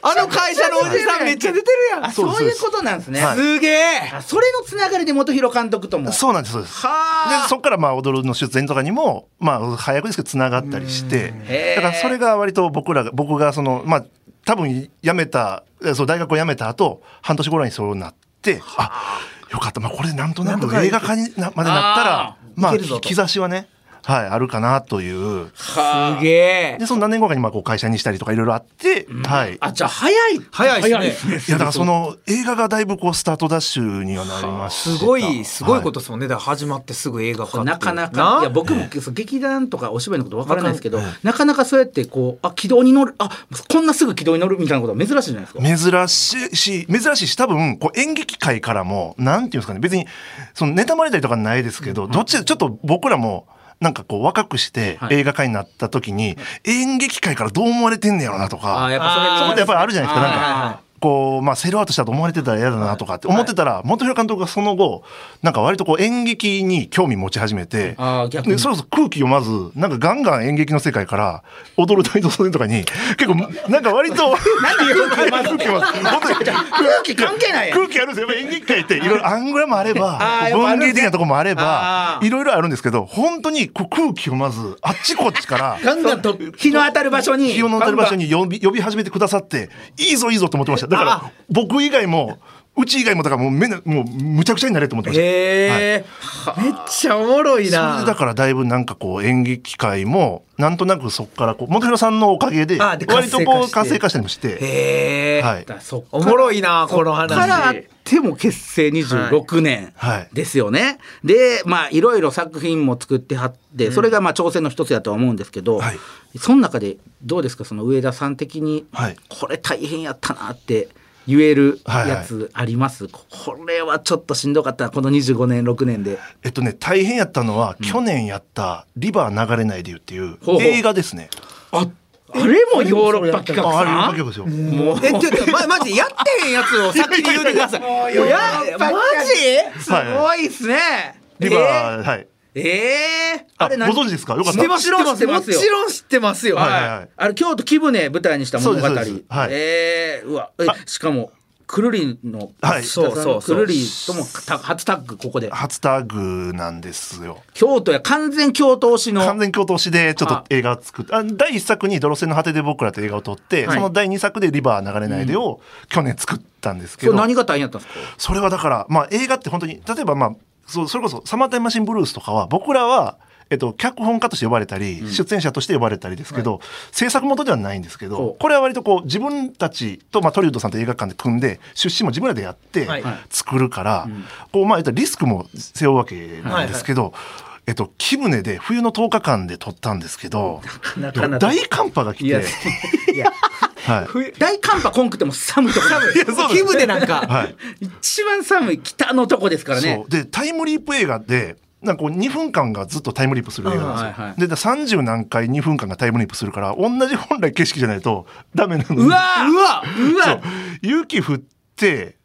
S3: あの会社のおじさんめっちゃ出てるや
S2: あ
S3: ん
S2: そういうことなんですね、
S5: はい
S3: すげえ
S2: あそれのつながりで元広監督とも
S5: そうなんですそうです
S2: は
S5: でそこからまあ踊るの出演とかにもまあ早くですけどつながったりして
S2: へー
S5: だからそれが割と僕らが僕がそのまあ多分辞めたえそう大学を辞めた後半年後らにそうなってあよかったまあこれなんとなく映画化になまでなった
S2: あ
S5: らまあ
S2: いけるぞと
S5: 兆しはねはいあるかなという
S3: すげえ
S5: でその何年後かにまあこう会社にしたりとかいろいろあってはい
S2: あじゃあ早い
S3: 早いですね
S5: いやだからその映画がだいぶこうスタートダッシュにはなりました
S3: すごいすごいこととですもんねだから始まってすぐ映画化っていう
S2: なかなか
S3: ない
S2: や僕もそう劇団とかお芝居のことわからないですけどなかなかそうやってこうあ軌道に乗るあこんなすぐ軌道に乗るみたいなことは珍しいじゃないですか
S5: 珍しいし、珍しいし、多分、こう演劇界からも、なんていうんですかね、別に、その、妬まれたりとかないですけど、どっち、ちょっと僕らも、なんかこう若くして
S2: はい
S5: 映画界になった時に、演劇界からどう思われてんねやろなとか、
S2: あやっぱ
S5: そ
S2: そ
S5: こ
S2: れ
S5: ってやっぱりあるじゃないですか、なん
S2: はいはいはい
S5: か。こう、まあ、セールアウトしたと思われてたら嫌だなとかって思ってたら、本広監督がその後、なんか割とこう演劇に興味持ち始めて、
S2: あー逆に
S5: でそろそろ空気読まず、なんかガンガン演劇の世界から、踊る大道線とかに、結構、なんか割と、空気読まず本当に
S2: 空気関係ないやん
S5: 空気あるんですよ。やっぱ演劇界って、いろいろアングラもあれ
S2: あ
S5: ば
S2: ー、やっぱある
S5: 文
S2: んですね
S5: 芸的なとこもあれば
S2: あ、ー
S5: いろいろあるんですけど、本当にこう空気読まず、あっちこっちから、
S2: ガンガンと日の当たる場所に
S5: 日をの当たる場所に呼び呼び始めてくださっていいぞいいぞと思ってましただから僕以外もうち以外もだからもうめなもうむちゃくちゃになれと思ってました、
S3: へえめっちゃおもろい
S5: それでだ
S3: な
S5: からだいぶなんかこう演劇界もなんとなくそこからこう本広さんのおかげで
S3: あで
S5: 割とこう
S3: 活
S5: 活
S3: 性
S5: 性
S3: 化
S5: 化したりもして、
S3: へえ
S5: はい、
S2: だそっか
S3: おもろいなこの話
S2: からあっても結成26年
S5: はい
S2: ですよね。でまあいろいろ作品も作ってはってそれがまあ挑戦の一つやとは思うんですけど、
S5: はい
S2: その中でどうですかその上田さん的に、
S5: はい
S2: これ大変やったなって言える
S5: はいはい
S2: やつあります、ここれはちょっとしんどかったなこの25年6年で。
S5: えっとね大変やったのは去年やった「リバー流れないで」っていう
S2: ほうほう
S5: 映画ですね。
S2: ああれもヨーロッパ企画
S5: ああ
S2: さ
S5: れ良かった
S2: ん
S5: ですよ。
S2: もう
S3: えちょっとまマジやってへんやつを先に言うてくださいい
S2: ヨーロ
S3: や
S2: ッパ
S3: マ
S2: 企
S3: ジ
S2: すごいっすね。
S5: リバー、はい。
S2: えー、えー、
S5: あ
S2: あれ何
S5: ご存知ですかよかっ
S3: 知
S5: た。
S3: ってます
S2: もちろん知ってますよ
S3: もちろん知ってますよ
S5: はいはい
S2: あれ京都貴船舞台にした物語。
S5: そうですそうですはい
S2: えーうわえしかもくるりんの、
S5: はい
S2: そう
S3: そう
S2: そ
S3: そうう
S2: くるりともタ初タッグここで
S5: 初タッグなんですよ。
S2: 京都や完全京都推しの
S5: 完全共闘しでちょっ
S2: あ
S5: と映画を作ってあ第1作に「泥船の果て」で僕らと映画を撮って、
S2: はい
S5: その第2作で「リバー流れないで」を去年作ったんですけ
S2: 今
S5: ど、
S2: 日何が大変だったんですか。
S5: それはだから、まあ、映画って本当に例えば、まあ、そうそれこそ「サマータイムマシンブルース」とかは僕らは、えっと、脚本家として呼ばれたり、出演者として呼ばれたりですけど、制作元ではないんですけ
S2: ほ
S5: ど
S2: う
S5: これは割とこう自分たちと、まあ、トリウッドさんと映画館で組んで出資も自分らでやって
S3: はい
S5: 作るから、こうまあ、言ったらリスクも背負うわけなんですけど。えっと、木船で冬の10日間で撮ったんですけど
S2: なかなか
S5: 大寒波が
S2: い
S5: 来て、
S2: やいや
S5: はい、
S2: 大寒波こんくても寒いとこ寒い
S5: そうです
S3: 気分でなんか
S5: はい、
S2: 一番寒い北のとこですからね
S5: そうでタイムリープ映画でなんかこう2分間がずっとタイムリープする映画なんですよ、
S2: うんはいはい
S5: でだから30何回2分間がタイムリープするから同じ本来景色じゃないとダメなのに
S2: うわーうわう
S5: そう
S2: わ
S5: 雪降って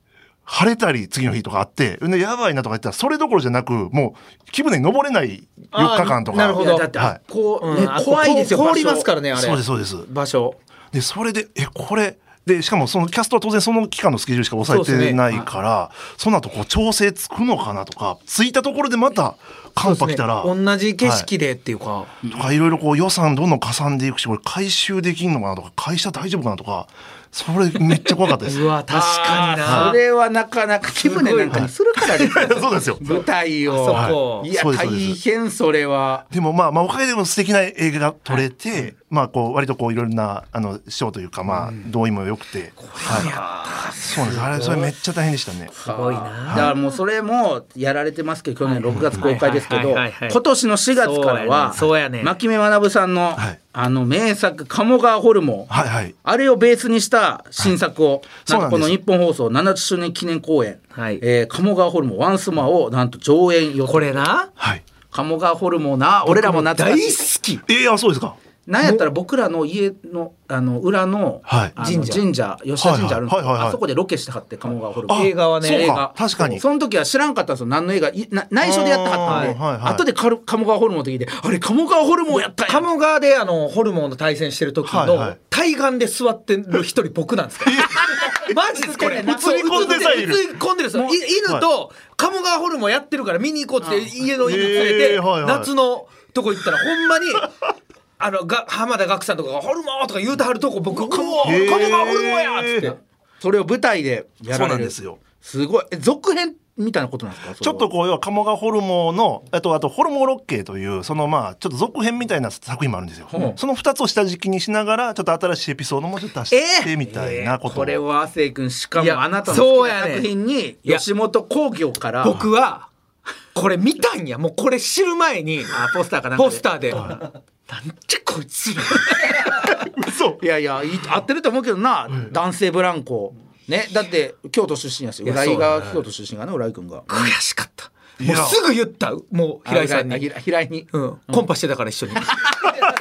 S5: 晴れたり次の日とかあってでやばいなとか言ったらそれどころじゃなくもう気分に登れない4日間とか
S3: あーなるほ
S2: い
S3: ど
S2: やだってあ
S5: は
S2: こう、ね
S3: うんあ
S2: 怖いですよ
S3: こう
S2: 場所
S3: 凍りますからねあれ
S5: そうですそうです
S3: 場所
S5: でそれでえこれでしかもそのキャストは当然その期間のスケジュールしか抑え
S3: そうです
S5: て
S3: ね
S5: ないからそ,、の後こう調整つくのかなとかついたところでまた寒波来たら、
S3: そうですね同じ景色でっていうか、
S5: とかいろいろこう予算どんどん加算でいくしこれ回収できんのかなとか会社大丈夫かなとかそれめっちゃ怖かったです。
S3: うわ確かに
S2: あ
S3: な
S2: ーそれはなかなか気分なんかにするから ですよ
S5: そうですよ
S2: 舞台を
S3: あそこ
S2: いや
S5: そうですそうです
S2: 大変それは
S5: でもまあまあおかげでも素敵な映画が撮れて、まあこう割とこういろんなあの賞というかまあ同意も良くて、はい、そうなんですあれそれめっちゃ大変でしたね。
S2: すごいなだからもうそれもやられてますけど去年6月公開ですけ
S3: はい
S2: ど
S3: はいはいはいはい
S2: 今年の4月からは
S3: そうやねそうやね
S2: 牧目学さんの
S5: はい
S2: あの名作「鴨川ホルモン」
S5: はいはい
S2: あれをベースにした新作を、
S5: そう
S2: な
S5: なんん
S2: と
S5: で
S2: こ
S5: す
S2: の日本放送70周年記念公演「
S3: はい
S2: えー鴨川ホルモンワンスマ」をなんと上演予定
S3: これな
S5: はい。
S2: 鴨川ホルモンな俺らも懐
S3: 大
S2: かしい
S3: 好き
S5: えー、あそうですか。
S2: なんやったら僕らの家のあの裏の,、
S5: はい
S2: あの
S3: 神
S2: 神
S3: 社
S2: 社吉田神社あるんですけど、
S5: はいはいはいはい
S2: あそこでロケしてはって鴨川ホルモ
S5: あ
S2: ン
S3: 映画はね
S5: そう
S2: 映
S5: か
S2: 画
S5: 確かに
S2: その時は知らんかったんですよ何の映画いな内緒でやってはったんで、
S5: あーはいはい
S2: 後でかる鴨川ホルモンって聞いてあれ鴨川ホルモンやったんや
S3: 鴨川であのホルモンの対戦してる時
S5: はいは
S3: の
S5: い
S3: 対岸で座ってる一人僕なんですからマジですこれ映
S2: 映ってんねんな
S5: 映ってんねんな
S3: 映り込んでるんですよ
S2: もう
S3: い犬と鴨川ホルモンやってるから見に行こうって家の犬連れ
S5: へ
S3: て
S5: ーはいはい
S3: 夏のとこ行ったらほん まにあのが浜田岳さんとかが「ホルモン!」とか言うてはるとこ僕「うお
S5: へ
S3: ー
S5: ー
S3: 鴨川ホルモンや!」っつって。
S2: それを舞台でや
S5: そ
S2: られる
S5: うなんですよ
S2: すごいえ続編みたいなことなんですかそ
S5: ち
S2: れは
S5: ょっとこう要は鴨川ホルモンのあとあとホルモンロッケというそのまあちょっと続編みたいな作品もあるんですよ、
S2: ほう
S5: その2つを下敷きにしながらちょっと新しいエピソードもちょっと足してみたいなことを、
S2: これは亜生君しか
S3: いや
S2: もあなたの好きな
S3: そうやねん
S2: 作品に
S3: や
S2: 吉本興業から
S3: 僕はこれ見たんやもうこれ知る前に
S2: あポスターかなんか
S3: ポスターで「なん
S5: は
S3: ちゃこいつら」
S5: そう
S2: いやいやいい合ってると思うけどな、男性ブランコねだって京都出身やし
S3: いや
S2: 浦井が
S3: そう
S2: 京都出身がね浦井君が
S3: 悔しかった
S5: い
S3: も
S5: や
S3: うすぐ言ったもう平井さん
S2: あ
S3: に、
S2: 平井平井に、
S3: うん、コンパしてたから一緒に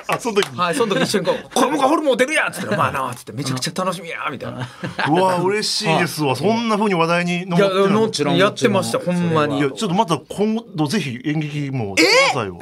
S5: あその時に
S3: はいその時一緒にこう「 子供がホルモン出るやん!」っつったら「まあな」っつって「めちゃくちゃ楽しみや」みたい な
S5: うわ嬉しいですわそんな風に話題に上っ
S3: い
S5: て
S3: や
S5: るの
S3: の
S5: い
S2: ちろん
S3: やってました
S2: もち
S3: ほ
S2: ろん
S3: んまに
S5: やちょっとまた今度ぜひ演劇もしてくださいよ、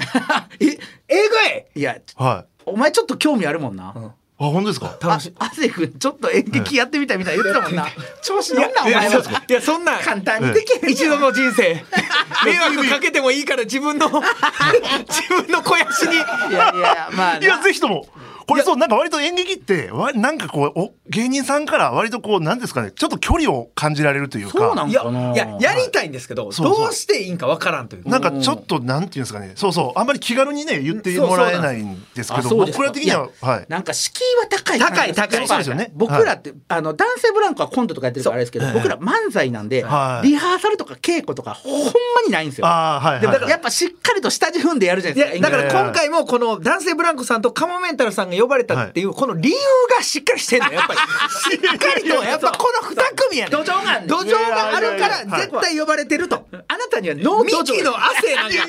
S3: え映画へ
S2: いや
S5: はい
S2: お前ちょっと興味あるもんな、
S5: あ本当ですか
S2: あ亜生君ちょっと演劇やってみたいみたいな言ってたもんな、調子乗んなお前
S3: いや
S2: は
S3: そいやそんなん
S2: 簡単にできへんな
S3: 一度の人生 迷惑かけてもいいから自分の 自分の肥やしに
S2: いやいやまあ
S5: いや
S2: な
S5: ぜひともこれそうなんか割と演劇ってわなんかこうお芸人さんから割とこうなんですかねちょっと距離を感じられるというか
S2: そうなん
S3: いや
S2: かない
S3: ややりたいんですけど
S5: そうそう
S3: どうしていいんかわからんという
S5: なんかちょっとなんていうんですかねそうそうあんまり気軽にね言ってもらえないんですけ
S2: あ
S5: ど
S2: そうですか
S5: 僕
S2: ら
S5: 的にはい
S2: や
S5: はい
S2: なんか敷居は高いな
S3: 高い高い
S5: そうですよね
S2: 僕らって、あの男性ブランコはコントとかやってるからあれですけど、
S5: そう
S2: 僕ら漫才なんで、
S5: はい
S2: リハーサルとか稽古とかほんまにないんですよ
S5: あーはいはい
S2: でもだからやっぱしっかりと下地踏んでやるじゃない
S3: い
S2: ですか
S3: やだから
S5: いやいや
S3: 今回もこの男性ブランコさんとカモメンタルさんが呼ばれたっていうこの理由がしっかりしてんのやっぱり しっかりとやっぱこの2組やね
S2: 土壌があんねん
S3: 土壌があるか
S5: いやいやい
S3: ら
S5: や
S3: 絶対呼ばれてると
S2: あなたにはノー
S3: ミ
S2: ドジョ
S3: キの汗 なんか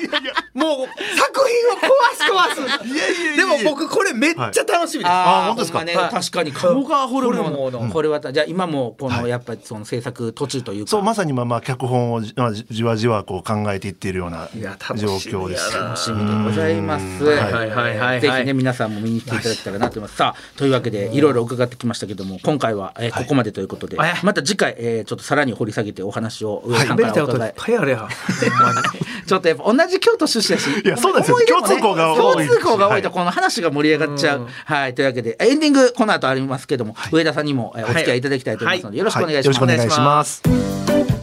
S3: もう作品を壊す壊す
S5: いやいやい
S3: で
S5: や
S3: も僕これめっちゃ楽しみです、
S5: あ本当ですか
S2: ほんまね
S3: はい
S2: 確かに鴨川ホルモン
S3: ホルモンの
S2: これはじゃあ今もこのやっぱりその制作途中というか
S5: そうまさにまあまあ脚本をじ,、まあ、じじわじわこう考えていっているようない
S3: や
S5: 状
S3: 楽しみやな
S5: 況です
S2: 楽しみでございます。
S3: いはいはいはい
S2: ぜひね皆さんも見に来ていただけたらなと思います。さあというわけでいろいろ伺ってきましたけども今回はえーここまでということで、
S3: はい
S2: また次回えーちょっとさらに掘り下げてお話を上さん
S3: 喋り
S2: から
S3: たい
S2: お
S3: ことい
S2: 伺
S3: っ
S2: い。
S3: ぱいあるやんほんまに
S2: ちょっとやっぱ同じ京都出身だし、
S5: いやそうなんですよ
S2: 思い出もね
S5: 共通項が多い
S2: 共通項が多いと
S5: はい
S2: この話が盛り上がっちゃう。はいというわけでエンディングこの後ありますけども上田さんにもえーお付き合いいただきたいと思いますのでよろしくお願いします。
S5: はいよろしくお願いします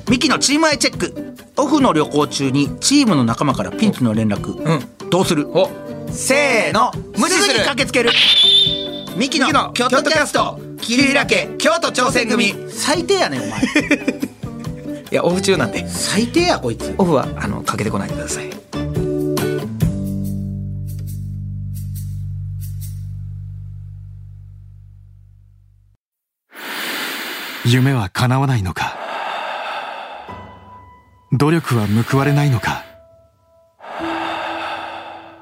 S2: ミキのチームアイチェックオフの旅行中にチームの仲間からピンチの連絡、どうするせーの無視する駆けつけるミキの京都キャスト桐平家京都挑戦組最低やねんお 前
S3: いやオフ中なんで
S2: 最低やこいつ
S3: オフはあのかけてこないでください
S6: 夢は叶わないのか努力は報われないのか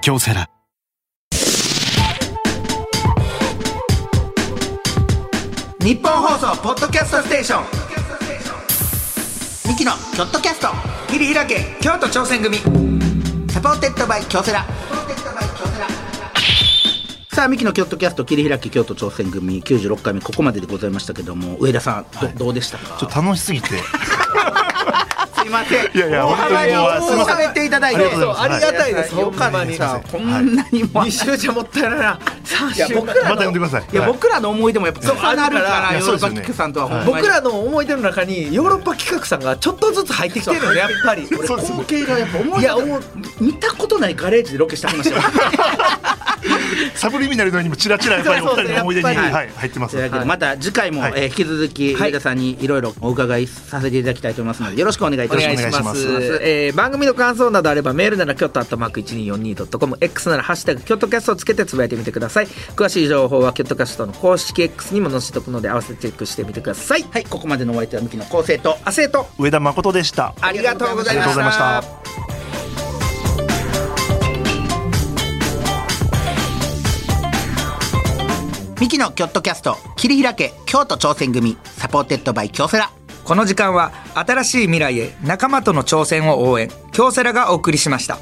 S6: 京セラ
S2: 日本放送ポッドキャストステーションミキの京都キャスト桐平家京都挑戦組サポーテッドバイ京セラさあミキの京都キャスト桐平家京都挑戦組96回目ここまででございましたけども上田さんど,、どうでしたか
S5: ちょっと楽しすぎて
S2: すいません
S5: いやいや
S2: 大幅に
S5: 本当にもうすいません
S2: 喋っていただい
S5: あり
S2: て
S5: がとうございます
S3: ありがたいです
S2: よか
S3: ほ
S2: った
S3: んまに
S2: さこんなにも、
S3: 2週じゃもったいないな3
S2: いや
S3: 週
S2: 僕らの
S5: また呼んでください
S2: いや
S5: はい
S2: 僕らの思い出もやっぱ重なるから
S5: いや
S2: ヨ
S5: そ
S2: ーロ
S5: うで
S2: ッ
S5: す
S2: パ
S5: よね
S2: キックさんとはほんまに
S3: 僕らの思い出の中にヨーロッパ企画さんがちょっとずつ入ってきてるのねやっぱり
S2: 光景がやっぱ思
S3: い
S2: い
S3: や
S2: 出が見たことないガレージでロケしてはりましたよま
S5: サブリミナルのようにもチラチラやっぱりお二人の思い出に、
S3: そうそうそうやっぱり
S5: はい、入ってます
S2: というわけでまた次回も、
S5: はい
S2: えー引き続き上田さんにいろいろお伺いさせていただきたいと思いますのでよろしくお願いい
S3: お
S2: たし
S3: 願
S2: ま
S3: い
S2: す。
S3: し
S5: お
S3: ま
S5: 願い
S3: す
S5: しま。
S3: えー番組の感想などあればメールなら京都アットマーク 1242.com、X ならハッシュタグ京都キャストをつけてつぶやいてみてください。詳しい情報は京都キャストの公式 X にも載せておくので合わせてチェックしてみてください。
S2: はいここまでのお相手はミキの構成と
S3: 亜生と
S5: 上田誠でした
S3: ありがとうござい
S5: ありがとう
S3: ま
S5: ございま
S3: し
S5: したた。
S2: ミキのキョットキャスト切り開け京都挑戦組サポーテッドバイ京セラ
S3: この時間は新しい未来へ仲間との挑戦を応援京セラがお送りしました